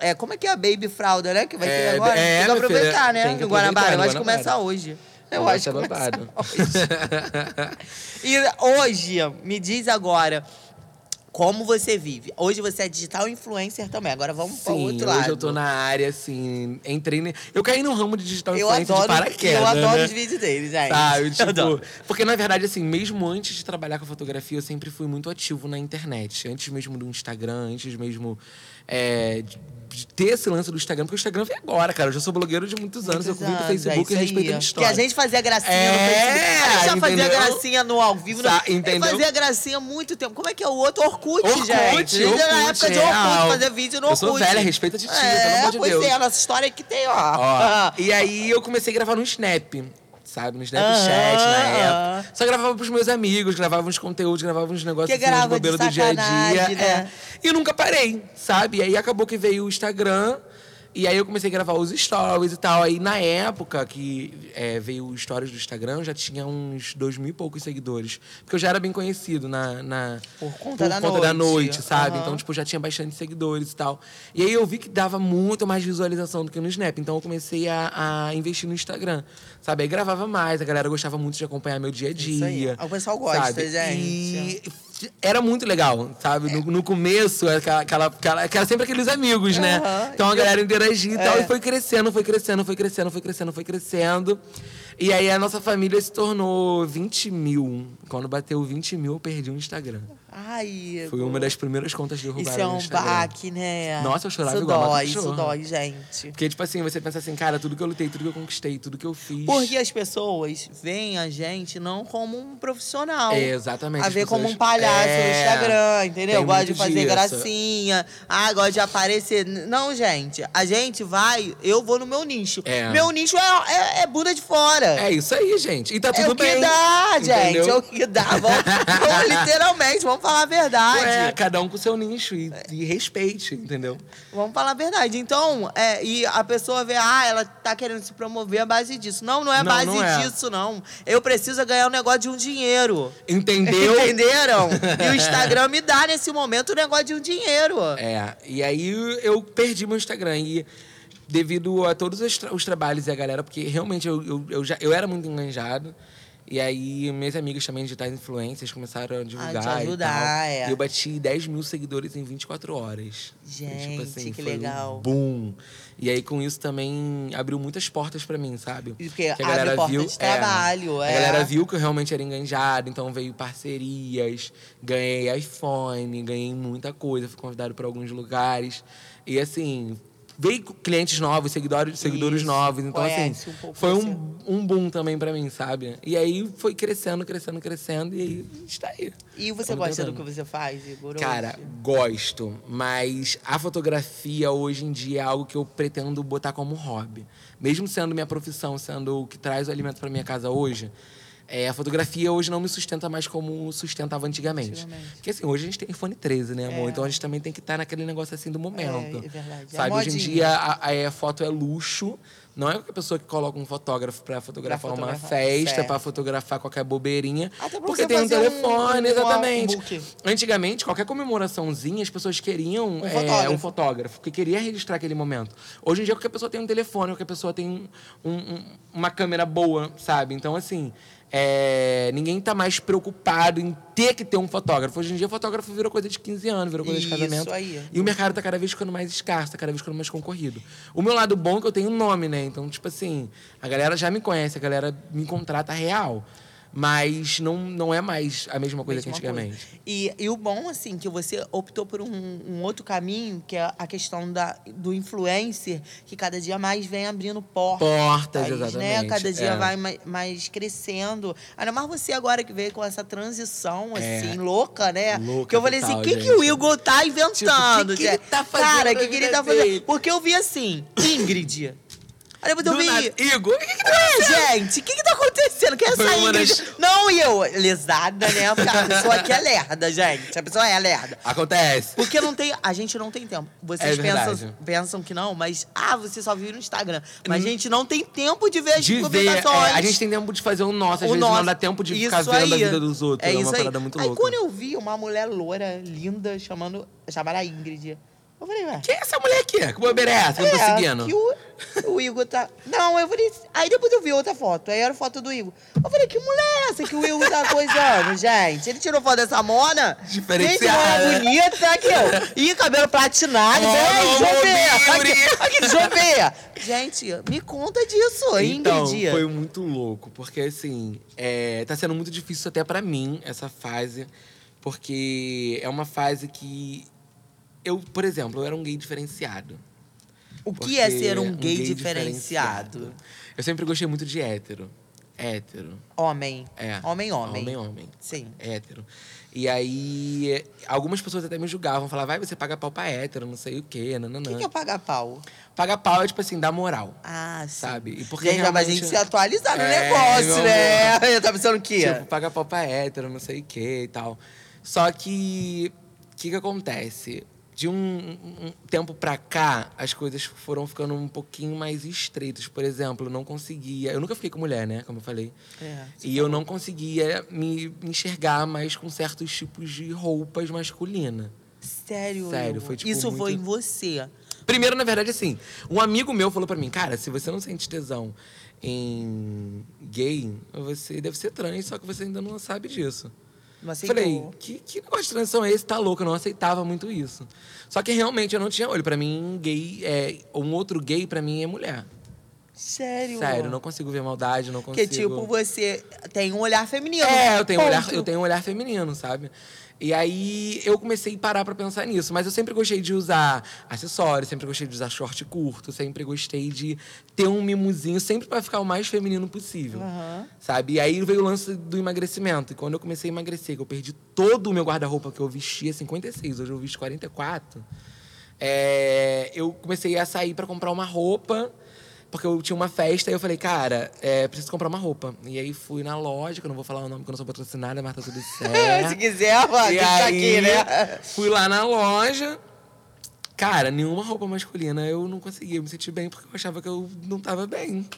É, como é que é a Baby Fralda, né? Que vai ter É, agora? é, tem que minha filha, aproveitar, né? tem que no Guanabara. aproveitar, tá Eu no acho que Guanabara. começa hoje. Eu Vai acho que ser começa babado. hoje. E hoje, me diz agora, como você vive? Hoje você é digital influencer também. Agora vamos para Sim, um, outro hoje lado. eu tô na área, assim, entrei... Ne... Eu caí no ramo de digital Eu influencer de adoro, paraquedas, eu adoro né? os vídeos dele, gente. Sabe, Eu adoro. tipo, porque na verdade, assim, mesmo antes de trabalhar com fotografia, eu sempre fui muito ativo na internet. Antes mesmo do Instagram, antes mesmo é, de de ter esse lance do Instagram, porque o Instagram vem agora, cara. Eu já sou blogueiro de muitos anos, eu curto o anos, Facebook é e isso respeito a aí. história. Que a gente fazia gracinha no É, Facebook. A gente já fazia entendeu? gracinha no ao vivo. Tá, no... entendeu? Eu fazia gracinha há muito tempo. Como é que é o outro? Orkut, Orkut, gente. A gente Orkut, era na época de Orkut, real. fazer vídeo no Eu Orkut. É, sou velha, respeita a titia, pelo amor de pois Deus. é, Ah. a nossa história é que tem, ó. Ó, e aí eu comecei a gravar no Snap, sabe? No Snapchat, na Aham. época. Só gravava pros meus amigos, gravava uns conteúdos, gravava uns negócios Que assim, grava uns bobeiros de do dia a dia. sacanagem, né? É. E nunca parei, sabe? E aí acabou que veio o Instagram. E aí eu comecei a gravar os stories e tal. Aí na época que é, veio o stories do Instagram, eu já tinha uns dois mil e poucos seguidores. Porque eu já era bem conhecido na... na- Por conta da da noite. noite, sabe? Aham. Então, tipo, já tinha bastante seguidores e tal. E aí eu vi que dava muito mais visualização do que no Snap. Então eu comecei a, a investir no Instagram. Sabe? Aí gravava mais, a galera gostava muito de acompanhar meu dia a Isso aí. dia. O pessoal gosta, sabe? gente. E era muito legal, sabe? No, no começo, é aquela, aquela, aquela, aquela- sempre aqueles amigos, né? Aham. Então a galera interagia e tal. É. E foi crescendo, foi crescendo, foi crescendo, foi crescendo, foi crescendo. E aí a nossa família se tornou 20 mil. Quando bateu 20 mil, eu perdi o Instagram. Ai, Foi uma das primeiras contas derrubadas Isso é no um Instagram. baque, né? Nossa, eu chorava isso igual uma dói, Isso cachorra. dói, gente. Porque, tipo assim, você pensa assim, cara, tudo que eu lutei, tudo que eu conquistei, tudo que eu fiz. Porque as pessoas veem a gente não como um profissional. É, exatamente. A as ver como pessoas- um palhaço É, no Instagram, entendeu? tem Gosta de muito fazer disso. gracinha, ah, gosta de aparecer. N- Não, gente. A gente vai, eu vou no meu nicho. É. Meu nicho é, é, é bunda de fora. É isso aí, gente. E tá É tudo o que bem. dá, gente. entendeu? É o que dá. Vamos, vamos literalmente, vamos falar a verdade. Ué, cada um com seu nicho e, e respeite, entendeu? Vamos falar a verdade. Então, é, e a pessoa vê, ah, ela tá querendo se promover à base disso. Não, não é a Não, base não é. disso, não. Eu preciso ganhar um negócio de um dinheiro. Entendeu? Entenderam? E o Instagram me dá, nesse momento, o negócio de um dinheiro. É, e aí eu perdi meu Instagram. E devido a todos os, tra- os trabalhos e a galera, porque realmente eu, eu, eu já, eu era muito enganjado. E aí, minhas amigas também, digitais influencers, começaram a divulgar. e tal. ajudar, é. E eu bati 10 mil seguidores em 24 horas. tipo Gente, que um legal. boom! E aí, com isso, também abriu muitas portas pra mim, sabe? E porque abre porta de trabalho, é. A galera viu que eu realmente era enganjado, então veio parcerias, ganhei iPhone, ganhei muita coisa, fui convidado para alguns lugares. E assim, veio clientes novos, seguidores, seguidores Isso, novos. Então, conhece assim, um pouco foi você. um, um boom também para mim, sabe? E aí foi crescendo, crescendo, crescendo, e aí está aí. E você Estamos gosta do que tentando. você faz, Igor? Cara, hoje? gosto, mas a fotografia hoje em dia é algo que eu pretendo botar como hobby. Mesmo sendo minha profissão, sendo o que traz o alimento para minha casa hoje, é, a fotografia hoje não me sustenta mais como sustentava antigamente. Antigamente. Porque assim, hoje a gente tem iPhone 13, né, amor? É. Então a gente também tem que estar naquele negócio assim do momento. É, é verdade. É a Sabe, hoje em modinha. dia a, a- a foto é luxo. Não é qualquer pessoa que coloca um fotógrafo para fotografar, fotografar, uma festa, certo. para fotografar qualquer bobeirinha. Até pra porque você tem um fazer um- telefone, um exatamente. outbook. Antigamente, qualquer comemoraçãozinha, as pessoas queriam é, um, fotógrafo. fotógrafo. que queria registrar aquele momento. Hoje em dia, qualquer pessoa tem um telefone, qualquer pessoa tem um- um- uma câmera boa, sabe? Então, assim, é, ninguém tá mais preocupado em ter que ter um fotógrafo. Hoje em dia, fotógrafo virou coisa de 15 anos, virou coisa Isso de casamento. aí. E o mercado tá cada vez ficando mais escasso, tá cada vez ficando mais concorrido. O meu lado bom é que eu tenho nome, né? Então, tipo assim, a galera já me conhece, a galera me contrata real. Mas não, não é mais a mesma coisa Mesma que antigamente. coisa. E, e o bom, assim, que você optou por um, um outro caminho, que é a questão da, do influencer, que cada dia mais vem abrindo portas. Portas, Né? exatamente, Cada dia é. vai mai- mais crescendo. Ainda mais você agora que veio com essa transição, É. assim, louca, né? Louca que eu falei assim, o total, que, que gente. o Igor tá inventando? Tipo, o que que ele gente? tá fazendo Cara, o na que, que ele vida tá fazendo? dele? Porque eu vi assim, Ingrid. Aí depois eu Do vi... nada, Igor, o que que tá Ué, gente, o que, que tá acontecendo? Quem é Foi essa uma Ingrid? das- Não, fui eu lesada, né? Porque a pessoa aqui é lerda, gente. A pessoa é lerda. Acontece. Porque não tem, a gente não tem tempo. Vocês É pensam, verdade. pensam que não, mas ah, você só vive no Instagram. Mas a gente não tem tempo de ver as Hum. De ver, é, publicações. a gente tem tempo de fazer o nosso, às O vezes nosso. não dá tempo de Isso ficar vendo aí. a vida dos outros. É, uma parada muito aí louca. quando eu vi uma mulher loura, linda, chamando, chamada a Ingrid, eu falei, ué. Quem é essa mulher aqui? Que bobeira é essa? que Eu não tô é, seguindo. que o, o Igor tá. Não, eu falei. Aí depois eu vi outra foto. Aí era foto do Igor. Eu falei, que mulher é essa que o Igor tá coisando, gente? Ele tirou foto dessa mona. Diferenciada. Gente, mona bonita aqui, ó. Ih, cabelo platinado. Mona, Ei, deixa eu ver. Mona, Aqui, aqui, deixa eu ver. Gente, me conta disso, Então, Ingrid. foi muito louco, porque assim, é, tá sendo muito difícil até pra mim essa fase, porque é uma fase que eu, por exemplo, eu era um gay diferenciado. o que é porque ser um gay, diferenciado. diferenciado? Eu sempre gostei muito de hétero. Hétero. Homem. É. Homem, homem. Homem, homem. Sim. Hétero. E aí, algumas pessoas até me julgavam, falavam, vai, você paga pau pra hétero, não sei o quê, nananã. O que, que é pagar pau? Paga pau é tipo assim, dá moral. Ah, sim. Sabe? E porque gente, mas a gente realmente- se atualizar no É, meu negócio, amor. né? Eu tava pensando que. Tipo, paga pau pra hétero, não sei o quê e tal. Só que, o que que acontece? De um, um tempo pra cá, as coisas foram ficando um pouquinho mais estreitas. Por exemplo, eu não conseguia... Eu nunca fiquei com mulher, né? Como eu falei. É. E eu não conseguia me enxergar mais com certos tipos de roupas masculinas. Sério, Sério, Igor? foi, tipo, Isso muito- foi em você. Primeiro, na verdade, assim, um amigo meu falou pra mim, cara, se você não sente tesão em gay, você deve ser trans, só que você ainda não sabe disso. Não aceitou. Falei, que, que negócio de transição é esse? Tá louco, eu não aceitava muito isso. Só que realmente eu não tinha olho. Pra mim, gay é. Um outro gay pra mim é mulher. Sério. Sério, eu não consigo ver maldade, não consigo. Porque, tipo, você tem um olhar feminino. É, eu tenho, um Ponto. olhar, eu tenho um olhar feminino, sabe? E aí eu comecei a parar pra pensar nisso. Mas eu sempre gostei de usar acessórios, sempre gostei de usar short curto, sempre gostei de ter um mimozinho, sempre pra ficar o mais feminino possível. Aham. Sabe? E aí veio o lance do emagrecimento. E quando eu comecei a emagrecer, que eu perdi todo o meu guarda-roupa que eu é vestia, 56, hoje eu visto 44. é, eu comecei a sair pra comprar uma roupa, porque eu tinha uma festa e eu falei, cara, é, preciso comprar uma roupa. E aí fui na loja, que eu não vou falar o nome, que eu não sou patrocinada, mas tá tudo Se certo. quiser, mano, E tá aí, aqui, né? Fui lá na loja. Cara, nenhuma roupa masculina eu não conseguia me sentir bem, porque eu achava que eu não tava bem.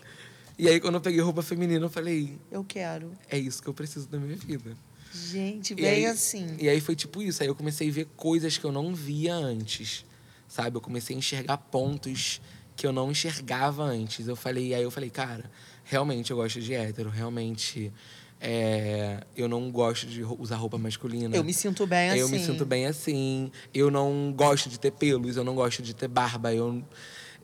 E aí, quando eu peguei roupa feminina, eu falei, Eu quero. é isso que eu preciso da minha vida. Gente, E bem aí- assim. E aí foi tipo isso. Aí eu comecei a ver coisas que eu não via antes, sabe? Eu comecei a enxergar pontos que eu não enxergava antes. Eu falei, aí eu falei, cara, realmente eu gosto de hétero, realmente é, eu não gosto de ro- usar roupa masculina. Eu me sinto bem assim. né? Eu me sinto bem assim. Eu não gosto de ter pelos, eu não gosto de ter barba. Eu,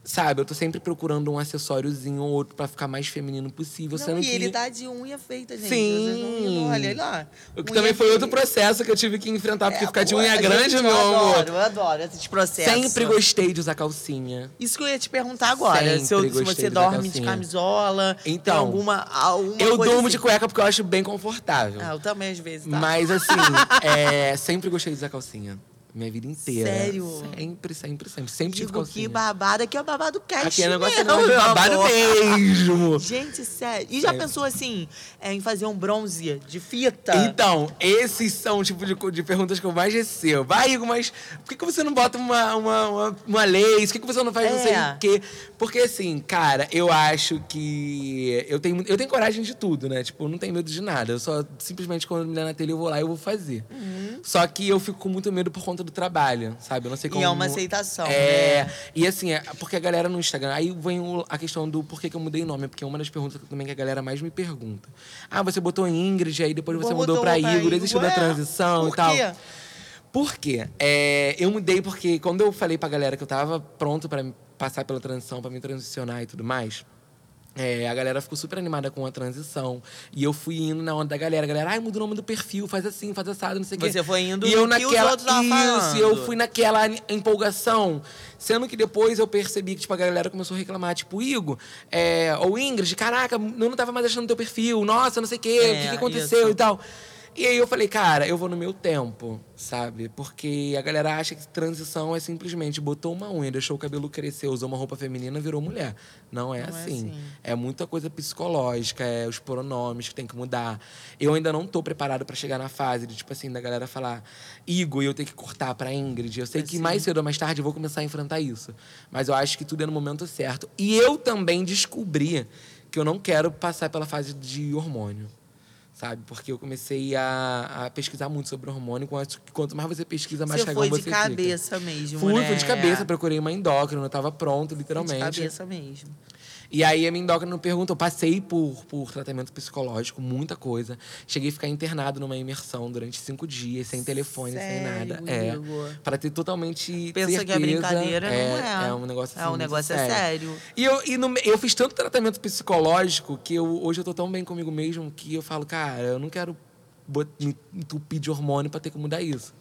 sabe, eu tô sempre procurando um acessóriozinho ou outro pra ficar mais feminino possível. Não, sendo e que... ele tá de unha feita, gente. Sim. Vocês não viram, olha lá. O que Unha também foi outro feita. processo que eu tive que enfrentar, porque Um É, ficar de pô, unha gente, grande, meu eu amor. adoro, eu adoro esses processos. Sempre gostei de usar calcinha. Isso que eu ia te perguntar agora. Sempre se, eu- se gostei você de dorme de calcinha. camisola, tem Então, alguma, alguma eu coisa durmo assim. de cueca porque eu acho bem confortável. Ah, eu também às vezes, tá? Mas assim, é, sempre gostei de usar calcinha. Minha vida inteira. Sério? Sempre, sempre, sempre. Sempre tive Digo que calcinha. babado, aqui é o babado cash Aqui é negócio mesmo, não, de meu babado amor. mesmo. Gente, sério. E já É. pensou assim, é, em fazer um bronze de fita? Então, esses são o tipo de, co- de perguntas que eu mais recebo. Vai, Igor, mas por que, que você não bota uma, uma, uma, uma lace? Por que, que você não faz não sei É. o quê? Porque, assim, cara, eu acho que. Eu tenho, eu tenho coragem de tudo, né? Tipo, eu não tenho medo de nada. Eu só simplesmente quando me der na telha, eu vou lá e eu vou fazer. Só que eu fico com muito medo por conta do trabalho, sabe? Eu não sei Uhum. E como. é uma aceitação, É. né? E assim, é- porque a galera no Instagram. Aí vem o- a questão do por que, que eu mudei o nome, porque é uma das perguntas que- também que a galera mais me pergunta. Ah, você botou Ingrid, aí depois você Vou mudou botar pra uma pra Igor, existiu da Igor, é. transição Por e tal. Tá quê? Por quê? É, eu mudei porque quando eu falei pra galera que eu tava pronto pra me- passar pela transição, pra me transicionar e tudo mais. é, a galera ficou super animada com a transição. E eu fui indo na onda da galera. A galera, ai, muda o nome do perfil, faz assim, faz assado, não sei o quê. Você foi indo e no eu que os naquela, outros tavam Isso, falando. e eu fui naquela empolgação. Sendo que depois eu percebi que, tipo, a galera começou a reclamar, tipo, Igor, é, ou Ingrid, caraca, eu não tava mais achando teu perfil, nossa, não sei o quê, o que, É, que aconteceu isso. e tal. E aí eu falei, cara, eu vou no meu tempo, sabe? Porque a galera acha que transição é simplesmente botou uma unha, deixou o cabelo crescer, usou uma roupa feminina, virou mulher. Não é, Não é assim. é assim. muita coisa psicológica, é os pronomes que tem que mudar. Eu ainda não tô preparado pra chegar na fase de, tipo assim, da galera falar Igor e eu ter que cortar pra Ingrid. Eu sei que mais cedo ou mais tarde eu vou começar a enfrentar isso. Mas eu acho que tudo é no momento certo. E eu também descobri que eu não quero passar pela fase de hormônio sabe? Porque eu comecei a, a pesquisar muito sobre hormônio. Quanto, quanto mais você pesquisa, mais Você cagão foi você de fica. cabeça mesmo, Fui, né? fui de cabeça, procurei uma endócrina, eu tava pronto, literalmente. De cabeça mesmo. E aí a minha endócrina perguntou, passei por, por tratamento psicológico, muita coisa. Cheguei a ficar internado numa imersão durante cinco dias, sem telefone, sem Sério, nada. É. Igor? Pra ter totalmente Pensa certeza. que é brincadeira, não é. É um negócio assim, É um muito negócio é sério. E, eu, e no me- eu fiz tanto tratamento psicológico que eu, hoje eu tô tão bem comigo mesmo que eu falo, cara, eu não quero bot- me entupir de hormônio pra ter que mudar isso.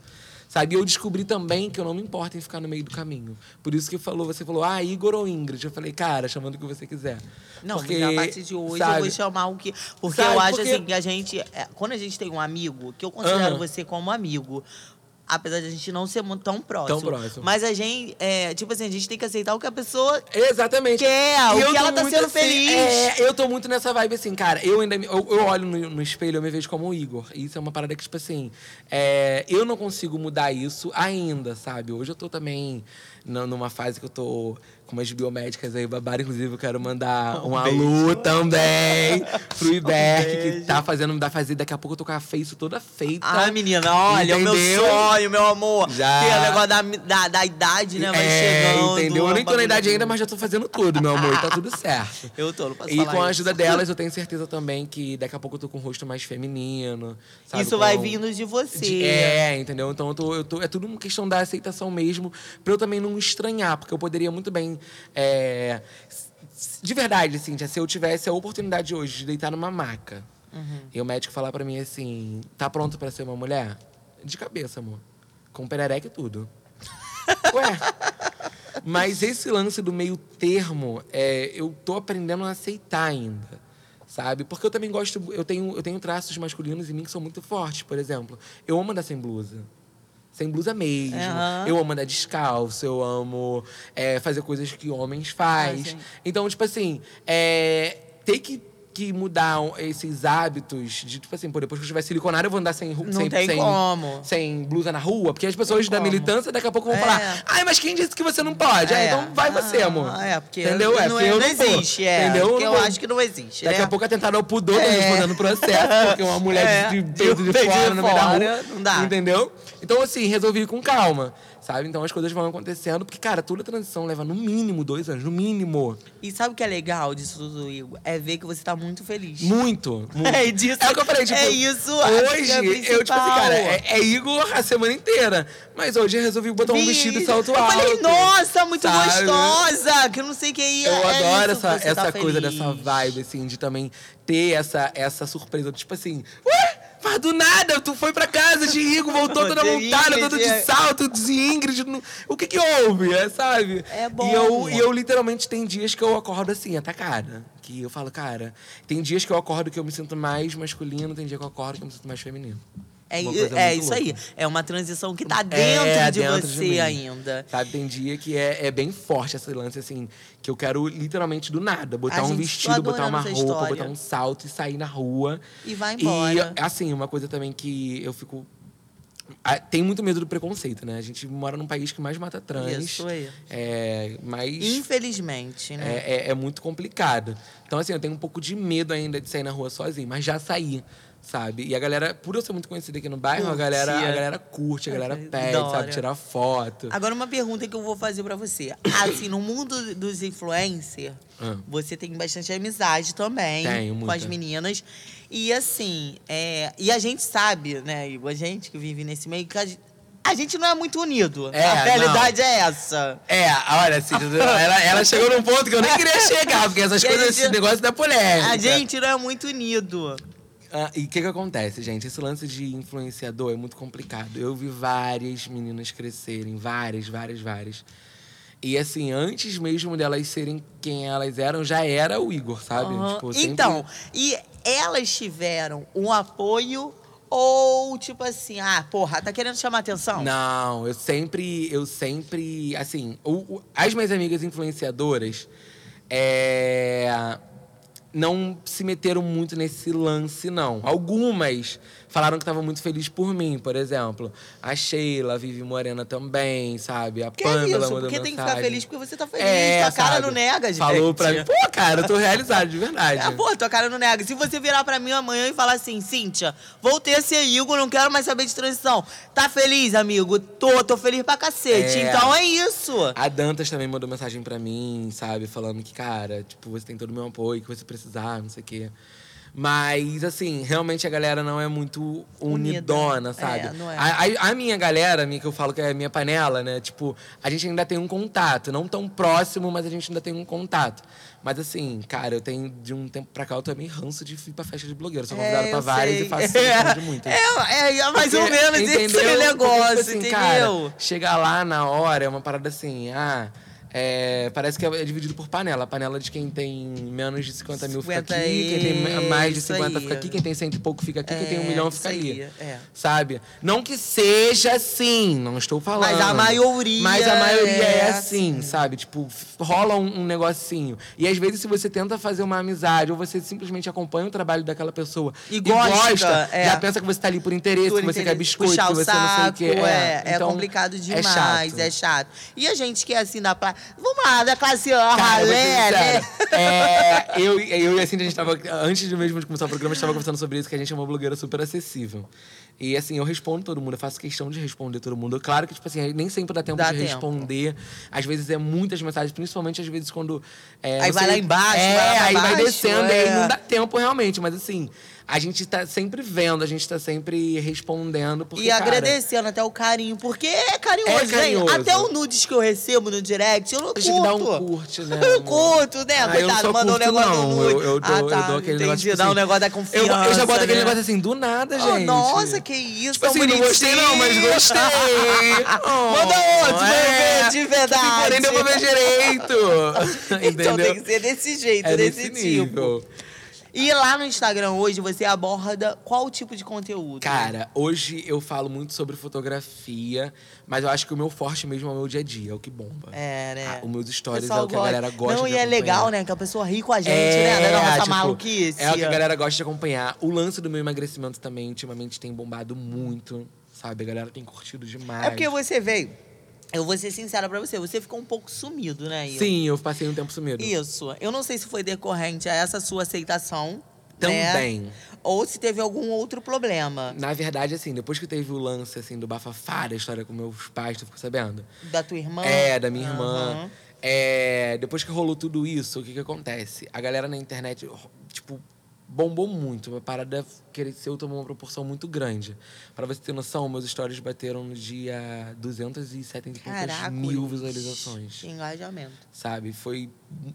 Sabe? E eu descobri também que eu não me importo em ficar no meio do caminho. Por isso que falou, você falou, ah, Igor ou Ingrid? Eu falei, cara, chamando o que você quiser. Não, Porque, mas a partir de hoje eu vou sabe? chamar o que. Porque Sabe, eu acho porque- assim que a gente. é, quando a gente tem um amigo, que eu considero Aham. você como amigo. Apesar de a gente não ser muito tão próximo. próximo. Mas a gente. é, tipo assim, a gente tem que aceitar o que a pessoa Exatamente. quer, E eu o que tô ela tá muito sendo assim, feliz. É, eu tô muito nessa vibe assim, cara. Eu ainda me- eu, eu olho no, no espelho, eu me vejo como o Igor. E isso é uma parada que, tipo assim, é, eu não consigo mudar isso ainda, sabe? Hoje eu tô também na- numa fase que eu tô com umas biomédicas aí babaram. Inclusive, eu quero mandar um, alô também pro Iberk, que tá fazendo me dar fazer. Daqui a pouco eu tô com a face toda feita. Ah, menina, olha, o meu Tá Entendeu? sonho, meu amor. Já. É, Tem o negócio da, da, da idade, né? Vai chegando. um entendeu? Eu nem tô na bagulho idade do- ainda, mas já tô fazendo tudo, meu amor. e Tá tudo certo. Eu tô, não posso E falar com a isso. ajuda delas, eu tenho certeza também que daqui a pouco eu tô com o rosto mais feminino. sabe? Isso vai Com- vindo de você. de- é, entendeu? Então eu tô, eu tô- é tudo uma questão da aceitação mesmo, pra eu também não estranhar, porque eu poderia muito bem. é, s- s- de verdade, Cíntia, se eu tivesse a oportunidade hoje de deitar numa maca Uhum. e o médico falar pra mim assim: tá pronto pra ser uma mulher? De cabeça, amor. Com perereca e tudo. Ué. Mas esse lance do meio termo, é, eu tô aprendendo a aceitar ainda. Sabe? Porque eu também gosto. Eu tenho, eu tenho traços masculinos em mim que são muito fortes, por exemplo. Eu amo andar sem blusa. Sem blusa mesmo. Aham. Eu amo andar descalço, eu amo é, fazer coisas que homens faz. Fazem. então, tipo assim, é, ter que, que mudar um, esses hábitos de, tipo assim, pô, depois que eu estiver siliconado, eu vou andar sem ru- Não sem, tem sem- como. sem blusa na rua, porque as pessoas da como. militância daqui a pouco vão É. falar: ai, mas quem disse que você não pode? Ah, É. então vai você, Ah, amor. É, porque Entendeu? não, É, não, porque eu não vou. existe, é. Entendeu? Porque eu não vou. acho que não existe, Daqui né? a pouco atentaram ao pudor É. respondendo o processo, porque uma mulher É. de peito de, De peito de fora no meio da fora, rua. não dá. Entendeu? Então, assim, resolvi ir com calma, sabe? Então as coisas vão acontecendo, porque, cara, toda transição leva no mínimo dois anos, no mínimo. E sabe o que é legal disso tudo, Igor? É ver que você tá muito feliz. Muito, muito. É disso- É o que eu falei, tipo, é isso, a Hoje, dica eu, tipo assim, principal. cara, é, é Igor a semana inteira. Mas hoje eu resolvi botar um vestido e salto eu alto. falei, nossa, muito sabe? gostosa! Que eu não sei quem é. Eu é adoro isso que essa, você tá essa coisa feliz. dessa vibe, assim, de também ter essa, essa surpresa. Tipo assim, ué, mas do nada, tu foi pra casa de Igor, voltou toda De montada, todo de Ingrid. é. salto, de Ingrid. não- O que que houve, é, sabe? É bom. E eu, e eu literalmente tem dias que eu acordo assim, atacada. Que eu falo, cara, tem dias que eu acordo que eu me sinto mais masculino, tem dia que eu acordo que eu me sinto mais feminino. É, Uma coisa é muito isso louca. aí. É uma transição que tá dentro É, de dentro de você mim. ainda. Sabe, tem dia que é, é bem forte esse lance, assim, que eu quero literalmente do nada botar A um gente, tô vestido, botar adorando uma essa roupa, história. botar um salto e sair na rua. E vai embora. E, assim, uma coisa também que eu fico. Ah, Tem muito medo do preconceito, né? A gente mora num país que mais mata trans. Isso aí. É, mais Infelizmente, né? é, é- é muito complicado. Então, assim, eu tenho um pouco de medo ainda de sair na rua sozinho, mas já saí, sabe? E a galera, por eu ser muito conhecida aqui no bairro, a Curte, galera, a é. galera curte, a galera que pede, da hora. sabe? Tirar foto. Agora, uma pergunta que eu vou fazer pra você. Assim, no mundo dos influencers, Ah. você tem bastante amizade também Tenho, com muita. as meninas. E assim, é, e a gente sabe, né, Igor? A gente que vive nesse meio, que a gente, a gente não é muito unido. É, a não. realidade é essa. É, olha, assim, ela, ela chegou num ponto que eu nem queria chegar, porque essas E a coisas, gente- esse negócio da polêmica. A gente não é muito unido. Ah, e o que, que acontece, gente? Esse lance de influenciador é muito complicado. Eu vi várias meninas crescerem, várias, várias, várias. E assim, antes mesmo delas serem quem elas eram, já era o Igor, sabe? Aham. Tipo, sempre- Então, e elas tiveram um apoio Ou, tipo assim, ah, porra, tá querendo chamar atenção? Não, eu sempre, eu sempre, assim, o- o- as minhas amigas influenciadoras é, não se meteram muito nesse lance, não. Algumas falaram que estavam muito felizes por mim, por exemplo. A Sheila, a Vivi Morena também, sabe? A Que Pamela é isso? mandou Porque tem que ficar mensagem. feliz porque você tá feliz. É, tua cara sabe? não nega, gente. Falou pra mim, pô, cara, eu tô realizado, de verdade. Ah, pô, tua cara não nega. Se você virar pra mim amanhã e falar assim, Cíntia, voltei a ser Igor, não quero mais saber de transição. Tá feliz, amigo? Tô, tô feliz pra cacete. É. Então é isso. A Dantas também mandou mensagem pra mim, sabe? Falando que, cara, tipo, você tem todo o meu apoio, que você precisar, não sei o quê. Mas, assim, realmente a galera não é muito Unida. unidona, sabe? É, não é. A, a- a minha galera, a minha, que eu falo que é a minha panela, né? Tipo, a gente ainda tem um contato. Não tão próximo, mas a gente ainda tem um contato. Mas, assim, cara, eu tenho, de um tempo pra cá, eu também ranço de ir pra festa de blogueiro. Sou convidado É, pra eu várias sei. e faço é. de muitas. É, é, é mais ou Porque, menos esse entendeu? negócio, Porque, tipo assim, entendeu? Cara, chegar lá na hora é uma parada assim, ah. é, parece que é dividido por panela. A panela de quem tem menos de 50 mil fica 50 aqui, quem tem aí, mais de isso 50 aí. fica aqui, quem tem cento e pouco fica aqui, quem tem um É, milhão isso fica ali. aí, é. Sabe? Não que seja assim, não estou falando. Mas a maioria Mas a maioria é, é assim, sabe? Tipo, f- rola um, um negocinho. E às vezes, se você tenta fazer uma amizade ou você simplesmente acompanha o trabalho daquela pessoa E gosta, é. já pensa que você tá ali por interesse Por que você interesse, quer biscoito, puxar que o você não sei o quê. saco, É, é então, complicado demais, É chato. é chato. E a gente que é assim da classe. Vamos lá, da classe ó, Cara, eu vou te ralé, dizer, né? é, eu, eu e a Cindy, a gente tava. Antes de mesmo de começar o programa, a gente tava conversando sobre isso, que a gente é uma blogueira super acessível. E assim, eu respondo todo mundo, eu faço questão de responder todo mundo. Claro que, tipo assim, nem sempre dá tempo Dá de tempo. responder. Às vezes é muitas mensagens, principalmente às vezes quando. é, Aí você- vai lá embaixo, vai é, lá pra aí vai baixo, descendo, é. aí não dá tempo realmente, mas assim. A gente tá sempre vendo, a gente tá sempre respondendo. Porque, e cara, agradecendo até o carinho, porque é carinhoso, É carinhoso. gente. Até o nudes que eu recebo no direct, eu não curto. Tem que dar um curte, né? Eu amor? curto, né? Ah, eu não Coitado, sou mandou um curto, negócio não. do nude. Eu, eu dou, Ah, eu tá, dou aquele entendi, negócio, tipo dá um assim, negócio da Eu, confiança, eu já boto aquele né? negócio assim, do nada, Oh, gente. nossa, que isso, é um Tipo assim, não gostei não, mas bonitinho. gostei. Oh, Manda outro, é. vai ver de verdade. Se Porém, deu pra ver direito. Então Entendeu? tem que ser desse jeito, é desse, desse tipo. nível. E lá no Instagram hoje você aborda qual tipo de conteúdo? Cara, hoje eu falo muito sobre fotografia, mas eu acho que o meu forte mesmo é o meu dia a dia, é o que bomba. É, né? Ah, os meus O stories é pessoal o que a galera gosta Não, de e é acompanhar. legal, né? Que a pessoa ri com a gente, né? Da nossa tipo, maluquice. É o que a galera gosta de acompanhar. O lance do meu emagrecimento também, ultimamente, tem bombado muito, sabe? A galera tem curtido demais. É porque você veio. Eu vou ser sincera pra você, você ficou um pouco sumido, né? Igor? Sim, eu passei um tempo sumido. Isso. Eu não sei se foi decorrente a essa sua aceitação. né? Também. Ou se teve algum outro problema Na verdade, assim, depois que teve o lance, assim, do bafafá da história com meus pais, tu ficou sabendo? da tua irmã. É, da minha irmã. Aham. É, depois que rolou tudo isso, o que que acontece? A galera na internet, ro- tipo, bombou muito. A parada cresceu, tomou uma proporção muito grande. Pra você ter noção, meus stories bateram no dia 270 e poucas Caraca. mil visualizações. que Engajamento. Sabe? Foi.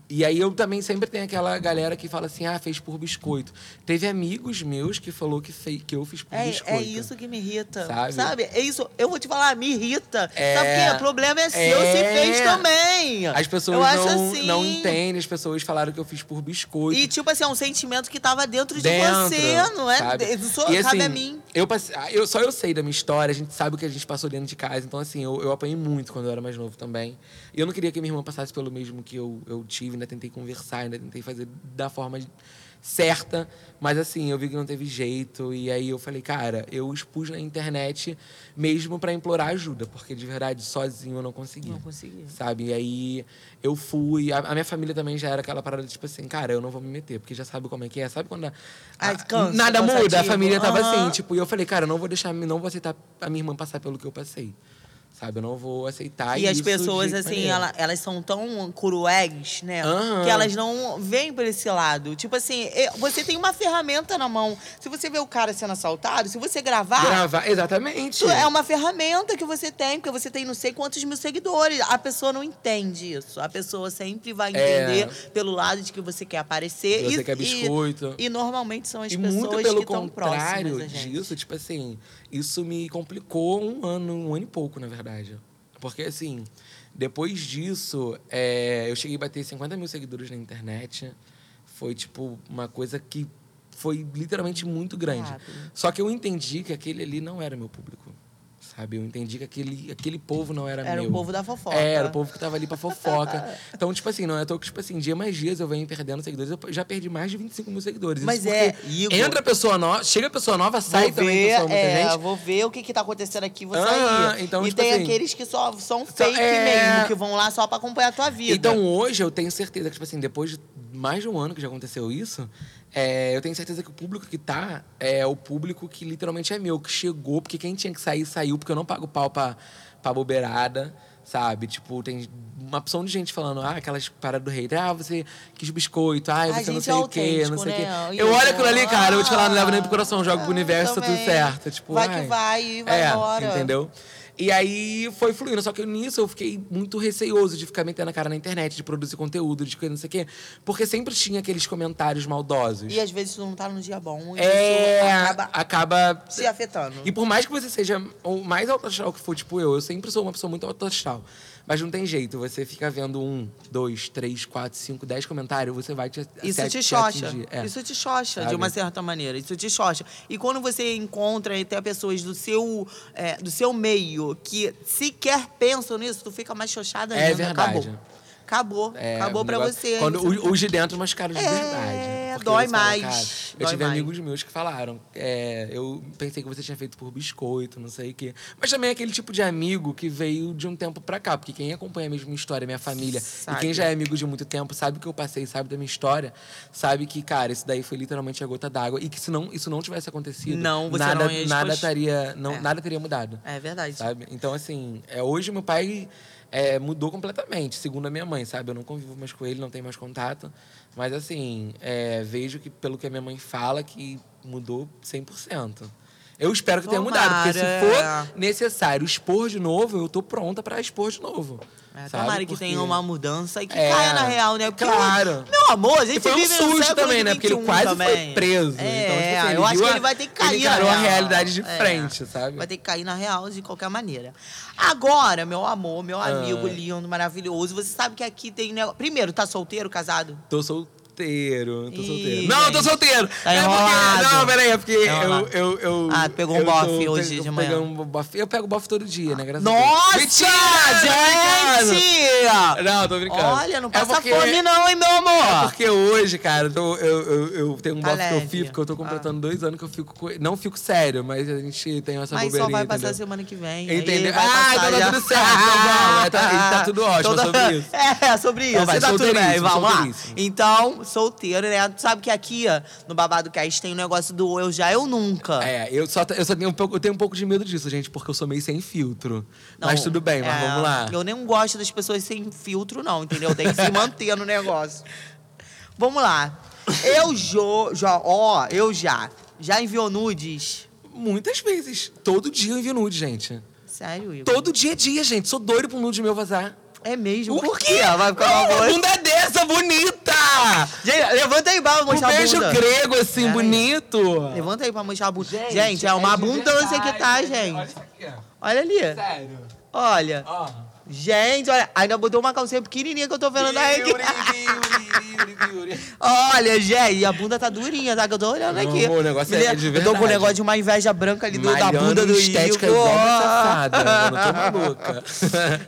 E aí eu também sempre tenho aquela galera que fala assim: ah, fez por biscoito. Teve amigos meus que falou que, fei... que eu fiz por Um biscoito. É, é isso que me irrita. Sabe? Sabe? É isso. Eu vou te falar, me irrita. É. Sabe por quê? O problema é seu, se É. fez também. As pessoas eu acho não, assim. não entendem, as pessoas falaram que eu fiz por biscoito. E, tipo assim, é um sentimento que tava dentro de dentro, você, não é? sabe? Eu Sou, E, cabe a assim, mim. Eu passei, ah, eu, só eu sei da minha história, a gente sabe o que a gente passou dentro de casa. Então, assim, eu, eu apanhei muito quando eu era mais novo também. E eu não queria que minha irmã passasse pelo mesmo que eu, eu tive, ainda tentei conversar, ainda tentei fazer da forma certa. Mas, assim, eu vi que não teve jeito. E aí eu falei, cara, eu expus na internet mesmo pra implorar ajuda, porque de verdade, sozinho eu não conseguia Não consegui. sabe? E aí eu fui. A, a minha família também já era aquela parada, tipo assim, cara, eu não vou me meter, porque já sabe como é que é. Sabe quando a, a- Ai, cansa, nada cansativo. muda? A família tava Aham. assim, tipo, e eu falei, cara, eu não vou deixar, não vou aceitar a minha irmã passar pelo que eu passei. Sabe? Eu não vou aceitar E as isso de pessoas, jeito assim, maneiro. ela- elas são tão cruéis, né? Aham. Que elas não vêm por esse lado. Tipo assim, e- você tem uma ferramenta na mão. Se você vê o cara sendo assaltado, se você gravar, Gravar, exatamente. isso é uma ferramenta que você tem, porque você tem não sei quantos mil seguidores. A pessoa não entende isso. A pessoa sempre vai entender pelo lado de que você quer aparecer. É. Você e, quer biscoito. E, e normalmente são as e pessoas muito pelo que estão próximas contrário da gente. disso, tipo assim, isso me complicou um ano, um ano e pouco, na verdade. Porque, assim, depois disso, é, eu cheguei a bater 50 mil seguidores na internet. Foi, tipo, uma coisa que foi literalmente muito grande. Rápido. Só que eu entendi que aquele ali não era meu público. Sabe? Eu entendi que aquele, aquele povo não era, Era um meu. o povo da fofoca. É, Era o povo que tava ali pra fofoca. então, tipo assim, não é à toa que, tipo assim, dia mais dias eu venho perdendo seguidores. Eu já perdi mais de 25 mil seguidores. Isso Mas é, porque Igor- Entra pessoa nova, chega pessoa nova, Vou sai também ver, pessoa, muita é, gente. Vou ver o que, que tá acontecendo aqui, vou Ah, sair. então, e tipo tem assim- aqueles que só são fake é- mesmo, que vão lá só pra acompanhar a tua vida. Então hoje eu tenho certeza que, tipo assim, depois de mais de um ano que já aconteceu isso, é, eu tenho certeza que o público que tá é o público que literalmente é meu, que chegou, porque quem tinha que sair, saiu, porque eu não pago pau pra, pra bobeirada, sabe? Tipo, tem uma opção de gente falando, ah, aquelas paradas do rei, ah, você quis biscoito, ah, A você não gente sei é o quê, não autêntico, sei o quê. né? Eu olho aquilo ali, cara, eu vou te falar, não Ah, levo nem pro coração, jogo pro ah, universo, tá tudo também. certo. Tipo, Vai que ai. vai, e vai é, embora. Entendeu? entendeu? E aí foi fluindo. Só que nisso eu fiquei muito receioso de ficar metendo a cara na internet, de produzir conteúdo, de coisa, não sei o quê. Porque sempre tinha aqueles comentários maldosos. E às vezes tu não tá no dia bom. E é, isso acaba... acaba se afetando. E por mais que você seja o mais alto astral que for, tipo eu, eu sempre sou uma pessoa muito alto astral. Mas não tem jeito, você fica vendo um, dois, três, quatro, cinco, dez comentários, você vai te Isso se- te se xoxa. atingir. É. Isso te xoxa, de Sabe? uma certa maneira. Isso te xoxa. E quando você encontra até pessoas do seu, é, do seu meio que sequer pensam nisso, tu fica mais xoxada É ainda. verdade. Acabou. Acabou. É, Acabou um pra negócio- você. Quando Você o- os de dentro mascaram de É, verdade. né? Porque dói eles falam, mais, cara, eu dói tive mais. amigos meus que falaram, é, eu pensei que você tinha feito por biscoito, não sei o quê. Mas também é aquele tipo de amigo que veio de um tempo pra cá. Porque quem acompanha a mesma história, minha família, Sabe. e quem já é amigo de muito tempo, sabe o que eu passei, sabe da minha história, sabe que, cara, isso daí foi literalmente a gota d'água. E que se não, isso não tivesse acontecido, Não, você nada, não ia nada, expor- estaria, não, É. nada teria mudado. É verdade. Sabe? Então, assim, é, hoje meu pai é, mudou completamente, segundo a minha mãe, sabe? Eu não convivo mais com ele, não tenho mais contato. Mas, assim, é, vejo que, pelo que a minha mãe fala, que mudou 100%. Eu espero que tenha Tomara, mudado, porque é. se for necessário expor de novo, eu tô pronta pra expor de novo. É, sabe? tomara que Porque- tenha uma mudança e que É, caia na real, né? Porque, claro. Meu amor, a gente E foi um vive no susto século também, né? Porque ele 21 quase também. foi preso. É, então, tipo assim, ele eu acho viu que a- ele vai ter que cair Ele na encarou a real. realidade de É. frente, sabe? Vai ter que cair na real de qualquer maneira. Agora, meu amor, meu amigo Ah. lindo, maravilhoso, você sabe que aqui tem negócio. Primeiro, tá solteiro, casado? Tô solteiro, tô Ih, solteiro. Não, tô gente. solteiro! Tá é enrolado. porque. Não, peraí, é porque Tá enrolado. eu, eu, eu. Ah, tu pegou um eu tô bofe hoje pego- de manhã. pegando um bofe. Eu pego bofe todo dia, né? Graças Nossa, a Deus. Mentira! tô brincando. gente! Não, tô brincando. Olha, não É passa porque- é fome, não, hein, meu amor? Porque hoje, cara, eu, tô- eu, eu, eu tenho um Tá bofe que leve. eu fico, que eu tô completando dois anos que eu fico. com- Não fico sério, mas a gente tem essa Mas bobeirinha. só vai passar entendeu? semana que vem. aí Entendeu? vai Ah, passar então tá já. tudo certo, então vamos, é, tá- e tá tudo ótimo, é sobre isso. É, sobre isso. Então vai, tá tudo bem, solteiríssimo, vamos lá. solteiríssimo. Então, solteiro, né? Tu sabe que aqui, ó, no Babado Cast, tem o negócio do eu já, eu nunca. É, eu só, eu só tenho um pouco, eu tenho um pouco de medo disso, gente, porque eu sou meio sem filtro. mas Não, tudo bem, mas é, vamos lá. Eu nem gosto das pessoas sem filtro, não, entendeu? Tem que se manter no negócio. Vamos lá. Eu jo, já, ó, eu já. Já enviou nudes? Muitas vezes. Todo dia eu envio nude, gente. Sério, Igor? Todo dia a dia, gente. Sou doido pra um nude meu vazar. É mesmo? O Por quê? quê? Vai ficar uma Não, boa. uma bunda é dessa, bonita! Gente, levanta aí pra Um mostrar a beijo bunda. grego, assim, Pera aí. bonito. Levanta aí pra mostrar a bunda. Gente, é uma abundância que tá, gente. Olha ali. Sério. Olha. Ó. Gente, olha. Ainda botou uma calcinha pequenininha que eu tô vendo daí aqui. Olha, gente, e a bunda tá durinha, tá? Que eu tô olhando Meu aqui. amor, o negócio Me é lembra- de Eu tô com um verdade. negócio de uma inveja branca ali do, da Malhando bunda do estética Igor. Ah. igual uma safada. né? Eu não tô maluca.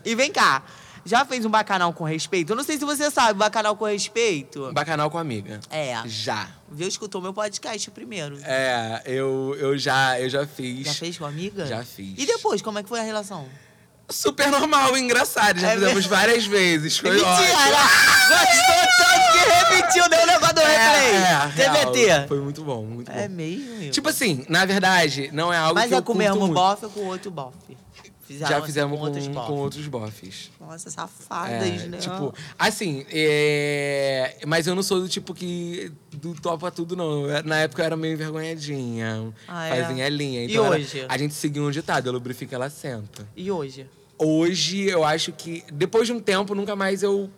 E vem cá. Já fez um bacanal com respeito? Eu não sei se você sabe, bacanal com respeito. Bacanal com amiga. É. Já. Viu, escutou meu podcast primeiro. É, eu, eu, já, eu já fiz. Já fez com a amiga? Já fiz. E depois, como é que foi a relação? Super normal, engraçado. Já É fizemos mesmo? várias vezes. Foi Mentira! ótimo. É, Gostou tanto que repetiu, deu o negócio do replay. TBT. real, Foi muito bom, muito É bom. mesmo, Igor. Tipo assim, na verdade, não é algo Mas que eu é com o curto mesmo muito. bofe ou com outro bofe? Fizeram Já assim fizemos com, outros bofes. com outros bofes. Nossa, É, safadas, né? tipo, assim, é, mas eu não sou do tipo que do topa tudo, não. Eu- Na época eu era meio envergonhadinha, Ah, é? fazia linha. E Então era- hoje? A gente seguia um ditado, eu lubrifico, ela senta. E hoje? hoje eu acho que depois de um tempo nunca mais eu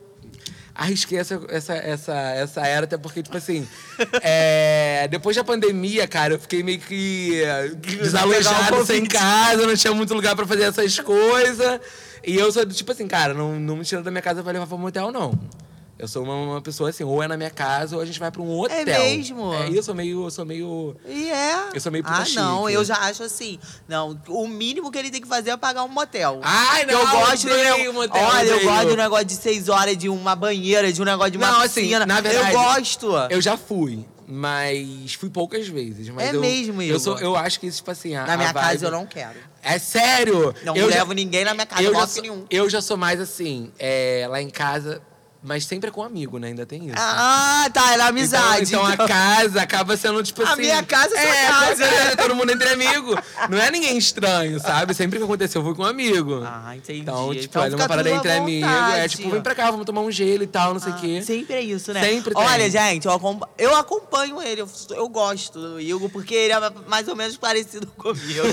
arrisquei essa essa essa, essa era até porque tipo assim é, depois da pandemia cara eu fiquei meio que é, né? Pegar um o desalojado Covid. sem casa não tinha muito lugar pra fazer essas coisas e eu sou do tipo assim cara não, não me tira da minha casa pra levar pra um motel não Eu sou uma, uma pessoa assim, ou é na minha casa ou a gente vai pra um hotel. mesmo? É, e eu sou meio, eu sou meio E é. Eu sou meio puta Ah, não, chique. né? eu já acho assim. Não, o mínimo que ele tem que fazer é pagar um motel. Ai, Porque eu não, gosto do odeio neg- um motel, Olha, eu odeio. gosto do negócio de seis horas, de uma banheira, de um negócio de uma Não, assim, piscina. na verdade, eu gosto. Eu já fui, mas fui poucas vezes. Mas É eu, mesmo, eu Igor? sou, Eu acho que, tipo assim, a, na a minha vibe- casa eu não quero. É sério! Não eu levo já, ninguém na minha casa, eu, já golpe sou, nenhum. eu já sou mais assim, é, lá em casa, mas sempre é com amigo, né? Ainda tem isso. Ah, tá, era Então- amizade. Então, então. a casa acaba sendo, tipo A assim. minha casa é sua a sua casa. casa, todo mundo entre amigo. Não é ninguém estranho, sabe? Sempre que aconteceu, eu fui com um amigo. Ah, entendi. Então, tipo, Então era fica uma parada tudo à entre amigos. É vontade. tipo, vem pra cá, vamos tomar um gelo e tal, não sei o Ah, quê. Sempre é isso, né? Sempre tem. Olha, gente, eu acom- eu acompanho ele, eu, eu gosto do Hugo, porque ele é mais ou menos parecido comigo.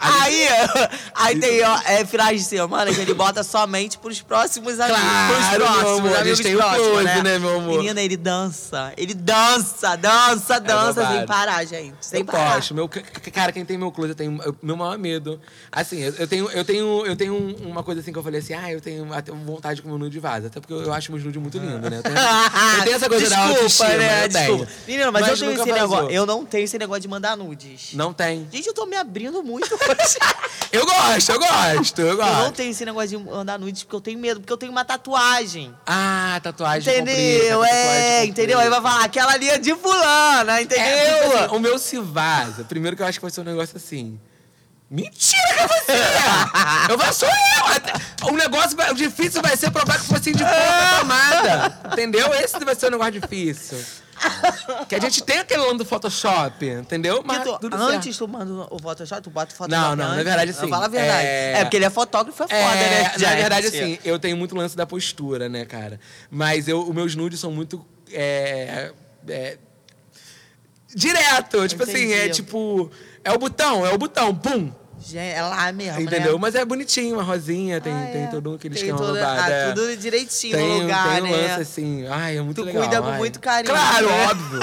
aí, aí tem ó, é, finais de semana que ele bota somente pros próximos amigos. pros Claro, meu próximos, amor, a amigos gente tem o próximos, close, né, meu amor? Menina, ele dança. Ele dança, dança, dança, sem babado. parar, gente. Sem eu né? parar. posto. Meu, ca- ca- cara, quem tem meu close, eu tenho eu- meu maior medo. Assim, eu, eu tenho, eu tenho, eu tenho um- uma coisa assim que eu falei assim, ah, eu tenho até vontade de comer um nude vaza. Até porque eu, eu acho meus nude muito lindo, né? Eu tenho, eu tenho essa coisa Desculpa, da autoestima, né? eu Desculpa. tenho. Menina, mas, eu tenho nunca esse negócio. vazou. Eu não tenho esse negócio de mandar nudes. Não tem. Gente, eu tô me abrindo muito hoje. Eu gosto, eu gosto, eu Eu não gosto. tenho esse negócio de andar nudes porque eu tenho medo, porque eu tenho uma tatuagem. Ah, tatuagem comprida, Entendeu? tatuagem É, comprida. entendeu? Aí vai falar, aquela ali é de fulana, entendeu? Tipo É, porque, assim, o meu se vaza. Primeiro que eu acho que vai ser um negócio assim. Mentira que é você! eu vou sou eu! até- O negócio vai- o difícil vai ser provar que foi assim de ponta tomada. Entendeu? Esse vai ser um negócio difícil. que a gente tem aquele nome do Photoshop, entendeu? Porque Mas tu- tudo certo. antes tu manda o Photoshop, tu bota o Photoshop Não, não, na antes. verdade, sim. Fala a verdade. É... É- porque ele é fotógrafo, é foda, né? É, na gente? verdade, assim, eu tenho muito lance da postura, né, cara? Mas eu, os meus nudes são muito. é, é, direto. Tipo assim, é Entendi. tipo. É o botão, é o botão, pum! Gente, é lá mesmo, Entendeu? né? Mas é bonitinho, uma rosinha, tem, Ah, é. tem todo um, aquele Tem esquema toda- babado, ah, é. tudo direitinho tem, no lugar, tem um né? lance assim. Ai, é muito Tu legal. cuida com ai. muito carinho, Claro, né? óbvio.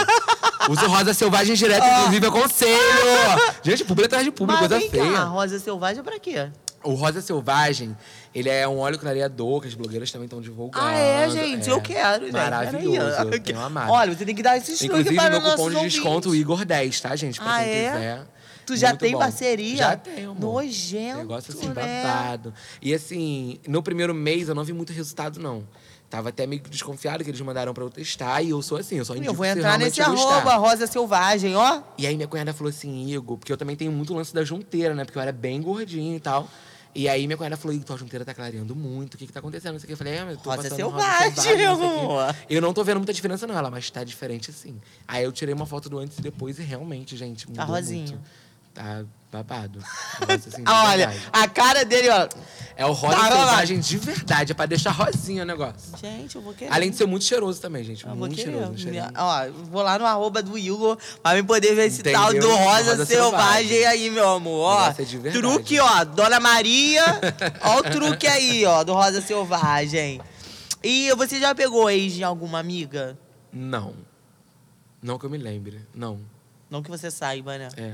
Uso rosa selvagem direto, inclusive, aconselho. Gente, público atrás de público, Mas coisa vem feia. cá, rosa selvagem é pra quê? O Rosa Selvagem, ele é um óleo clareador que as blogueiras também estão divulgando. Ah, é, gente. Eu quero, gente. Maravilhoso. Peraí. Eu tenho amado. Olha, você tem que dar esse slogan Inclusive, para meu nossos cupom de ouvintes. desconto Igor10, tá, gente? Pra Ah, quem é? quiser. Tu já Muito tem bom. parceria? Já tenho, amor. Nojento, Negócio assim, né? babado. E assim, no primeiro mês eu não vi muito resultado, não. Tava até meio desconfiado que eles mandaram pra eu testar. E eu sou assim, eu só indico Eu vou se entrar realmente nesse eu gostar. arroba rosa selvagem, ó. E aí minha cunhada falou assim, Igor, porque eu também tenho muito lance da junteira, né? Porque eu era bem gordinho e tal. E aí minha cunhada falou, Igor, tua junteira tá clareando muito, o que que tá acontecendo? Não sei o que. Eu falei, é, mas eu tô Rosa passando selvagem, rosa selvagem, não sei o quê." amor. Eu não tô vendo muita diferença não, ela, mas tá diferente sim. Aí eu tirei uma foto do antes e depois e realmente, gente, mudou Tá rosinha. muito. Tá babado. Negócio assim, de Ah, Olha, verdade. a cara dele, ó. É o rosa Tá, vai lá. selvagem de verdade, é pra deixar rosinha o negócio. Gente, eu vou querer. Além de ser muito cheiroso também, gente. eu vou muito querer. cheiroso. um cheirinho. Ó, vou lá no arroba do Hugo pra me poder ver esse Entendeu? tal do rosa, Rosa selvagem. selvagem. aí, meu amor. Ó, Negócio é de verdade. truque, ó. Dona Maria. ó o truque aí, ó, do rosa selvagem. E você já pegou ex de alguma amiga? Não. Não que eu me lembre, não. Não que você saiba, né? É.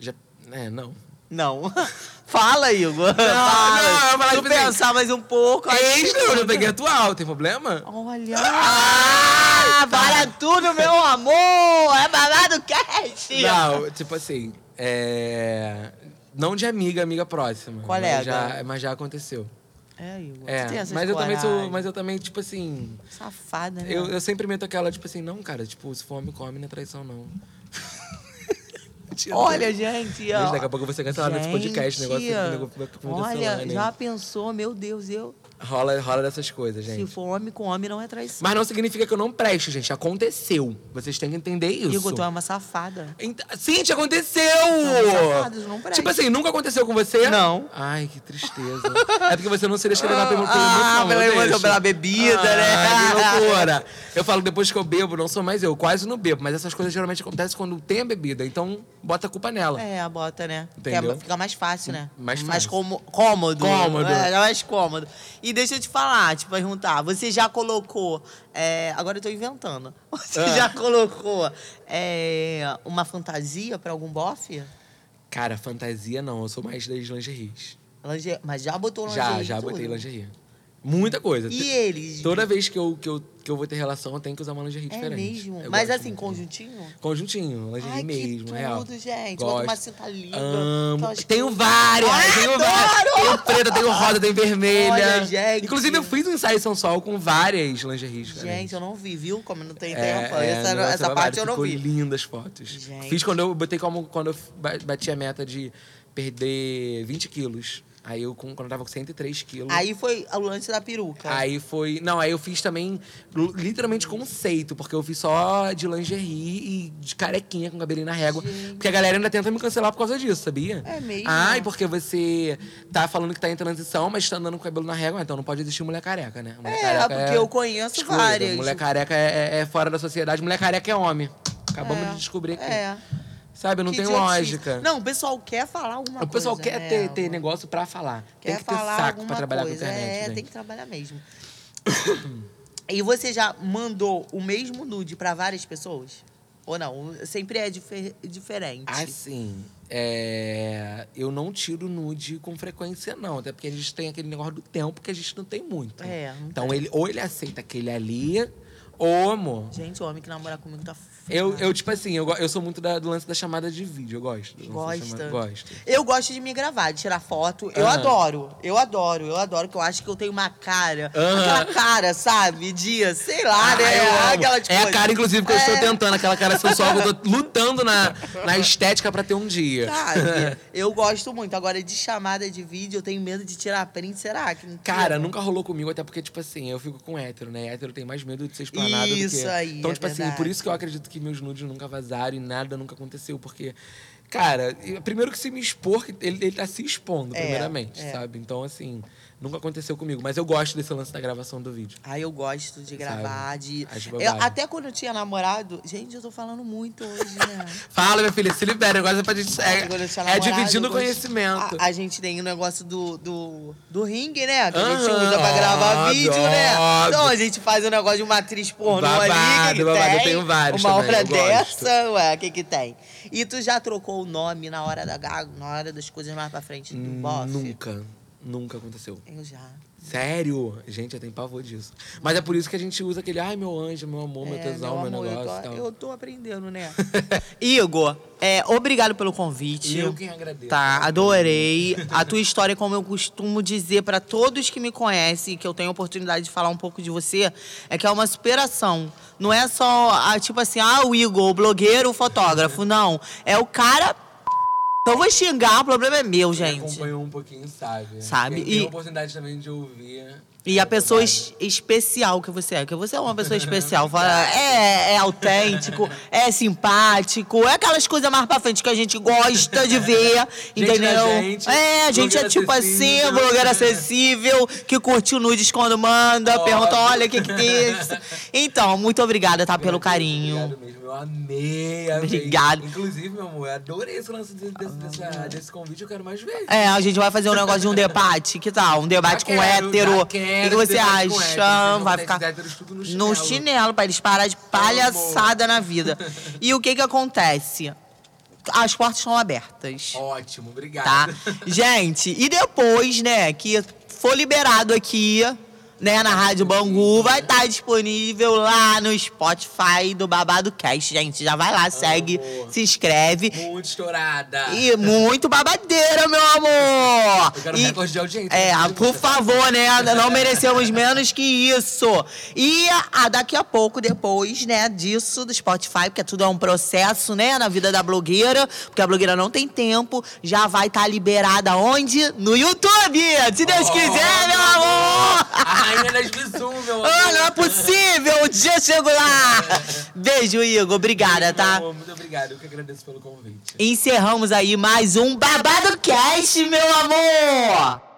Já. É, não. Não. Fala, Igor. Fala. não, eu vou falar Tu de presente. pensar mais um pouco. aí- Ex, é não, eu já peguei atual, tem problema? Olha! tá. Ah, para tudo, meu amor! É babado cast! Não, tipo assim, é. Não de amiga, amiga próxima. Colega. Mas já, mas já aconteceu. É, Igor, É, tu tem essas mas eu também sou. coragem. Mas eu também, tipo assim. Safada, né? Eu, eu sempre meto aquela, tipo assim, não, cara, tipo, se for homem, come, não é traição, não. Olha, gente, ó. Mas daqui a pouco você cancelado desse podcast, Gente, negócio negócio- negócio- Olha, cancelando, hein? já pensou, meu Deus, eu... Rola, rola dessas coisas, gente. Se for homem com homem, não é traição. Mas não significa que eu não presto, gente. Aconteceu. Vocês têm que entender isso. Igor, tu é uma safada. Ent- Sim, te aconteceu! safados, não presta. tipo assim, nunca aconteceu com você? Não. Ai, que tristeza. é porque você não seria escrever pelo, pelo Ah, emoção, eu pela emoção, deixo. pela bebida, Ah, né? Que loucura. Eu falo, depois que eu bebo, não sou mais eu, quase não bebo. Mas essas coisas geralmente acontecem quando tem a bebida. Então, bota a culpa nela. É, a bota, né? Entendeu? Que é- fica mais fácil, né? Mais Mais fácil. como, cômodo. Cômodo. É, é mais cômodo. E deixa eu te falar, te perguntar. Você já colocou... é, agora eu tô inventando. Você Ah. já colocou é, uma fantasia pra algum bofe? Cara, fantasia não, eu sou mais das lingeries. Lingerie- Mas já botou lingerie já, em já tudo? botei lingerie. Muita coisa. E eles? Toda vez que eu, que, eu, que eu vou ter relação, eu tenho que usar uma lingerie é diferente. mesmo? Eu Mas gosto assim, muito. conjuntinho? Conjuntinho, lingerie Ai, mesmo, que tudo, real. gente. Bota Gosto. uma cinta linda. Amo. aquelas Tenho coisas. várias, Ah, tenho adoro! várias. Tenho preta, tenho rosa, tenho vermelha. Olha, gente. Inclusive, eu fiz um ensaio São Sol com várias lingeries. Gente, eu não vi, viu? Como não tem É, tempo. é, essa nossa, essa babado, parte eu não ficou vi. lindas as fotos. Gente. Fiz quando eu botei como quando eu ba- bati a meta de perder 20 quilos. Aí eu, com- quando eu tava com 103 quilos. Aí foi o lance da peruca. Aí foi. Não, aí eu fiz também lu- literalmente conceito, porque eu fiz só de lingerie e de carequinha com cabelinho na régua. Porque a galera ainda tenta me cancelar por causa disso, sabia? É mesmo? Ai, porque você tá falando que tá em transição, mas tá andando com o cabelo na régua, então não pode existir mulher careca, né? Mulher É, careca porque eu conheço excluída. várias. Mulher careca é, é- é fora da sociedade, mulher careca é homem. Acabamos de descobrir aqui. É. Sabe, não Que tem idiotice. lógica. Não, o pessoal quer falar alguma coisa. o pessoal quer né, ter, amor? ter negócio pra falar. Quer tem que ter falar saco alguma pra trabalhar coisa. com internet. É, né? tem que trabalhar mesmo. e você já mandou o mesmo nude pra várias pessoas? Ou não? Sempre é difer- diferente. Assim, é, eu não tiro nude com frequência, não. Até porque a gente tem aquele negócio do tempo que a gente não tem muito. É, não então, ele, ou ele aceita aquele ali, ou, amor. Gente, o homem que namora comigo tá foda. Eu, eu tipo assim, eu, go- eu sou muito da- do lance da chamada de vídeo, eu gosto. do lance da Gosta. chamada- gosto. Eu gosto de me gravar, de tirar foto. Eu Aham. adoro, eu adoro, eu adoro, que eu acho que eu tenho uma cara. Aham. Aquela cara, sabe? De, sei lá, Ah, né? eu amo. Aquela é a coisa. cara, inclusive, que eu estou É. tentando, aquela cara sensual que eu tô lutando na, na estética pra ter um dia. Sabe? Eu gosto muito. Agora, de chamada de vídeo, eu tenho medo de tirar print. Será que não tira? Cara, nunca rolou comigo, até porque, tipo assim, eu fico com hétero, né? Hétero tem mais medo de ser explanado do que... Isso aí, Então, é tipo assim, por verdade. isso que eu acredito que meus nudes nunca vazaram e nada nunca aconteceu, porque... Cara, e- primeiro que se me expor, que ele, ele tá se expondo, É, primeiramente, é. sabe? Então, assim, nunca aconteceu comigo. Mas eu gosto desse lance da gravação do vídeo. Ai, eu gosto de gravar, de. Acho Eu- babado. até quando eu tinha namorado. Gente, eu tô falando muito hoje, né? Fala, minha filha, se libera. Agora é pra gente... É, Quando eu tinha é namorado, dividindo eu o gosto- Ah, conhecimento. A, a gente tem o negócio do, do, do ringue, né? Que a gente Aham, usa pra gravar óbvio, vídeo, né? óbvio. Então a gente faz o negócio de uma atriz pornô ali. Babado, Que babado. tem, Eu tenho vários Uma também, hora eu gosto. dessa, ué, o que que tem? E tu já trocou o nome na hora da gago, na hora das coisas mais pra frente do Hum, bofe? Nunca. Nunca aconteceu. Eu já. Sério? Gente, eu tenho pavor disso. Mas é por isso que a gente usa aquele, ai, meu anjo, meu amor, meu É, tesão, meu, amor, negócio então. e eu, tal. tô, eu tô aprendendo, né? Igor, é, obrigado pelo convite. Eu quem agradeço. né? Tá, adorei. A tua história, como eu costumo dizer pra todos que me conhecem, que eu tenho a oportunidade de falar um pouco de você, é que é uma superação. Não é só, ah, tipo assim, ah, o Igor, o blogueiro, o fotógrafo. Não. É o cara. Eu vou xingar, o problema é meu, Quem gente. acompanhou um pouquinho, sabe? Sabe, Quem teve e- a oportunidade também de ouvir. E a pessoa es- especial que você é, porque você é uma pessoa especial. Fala, é, é autêntico, é simpático, é aquelas coisas mais pra frente que a gente gosta de ver, Gente entendeu? da gente, é, a gente é blogueira tipo acessível. assim, blogueira acessível, que curte o nudes quando manda, Óbvio. pergunta, olha, o que que tem isso? Então, muito obrigada, tá, pelo Agradeço, carinho. né, Obrigado mesmo, eu amei, amei. Obrigado. Ah. Inclusive, meu amor, eu adorei esse lance desse, desse, dessa- desse convite, eu quero mais vezes. É, a gente vai fazer um negócio de um debate, que tal? Um debate Já com quero, hétero. já O que quero você debate com acha? hétero, Vai vocês ficar héteros tudo no no chinelo. chinelo, pra eles pararem de palhaçada na vida. E o que que acontece? As portas estão abertas, Ótimo, obrigado. tá? Gente, e depois, né, que for liberado aqui, né, na Rádio Bangu, vai estar disponível lá no Spotify do Babado Cast, gente. Já vai lá, segue, Amor. se inscreve. Muito estourada. E muito babadeira, meu amor! Eu quero E- recorde de audiência. É, ah, por favor, né? Não merecemos menos que isso. E ah, daqui a pouco, depois, né, disso, do Spotify, porque tudo é um processo, né, na vida da blogueira, porque a blogueira não tem tempo, já vai estar liberada onde? No YouTube! Se Deus quiser, meu amor! A rainha das visões, meu amor. Ah, não é possível! O dia chegou lá! Beijo, Igor. Obrigada, Meu tá? amor, Muito obrigado, eu que agradeço pelo convite. Encerramos aí mais um Babado Cast, meu amor!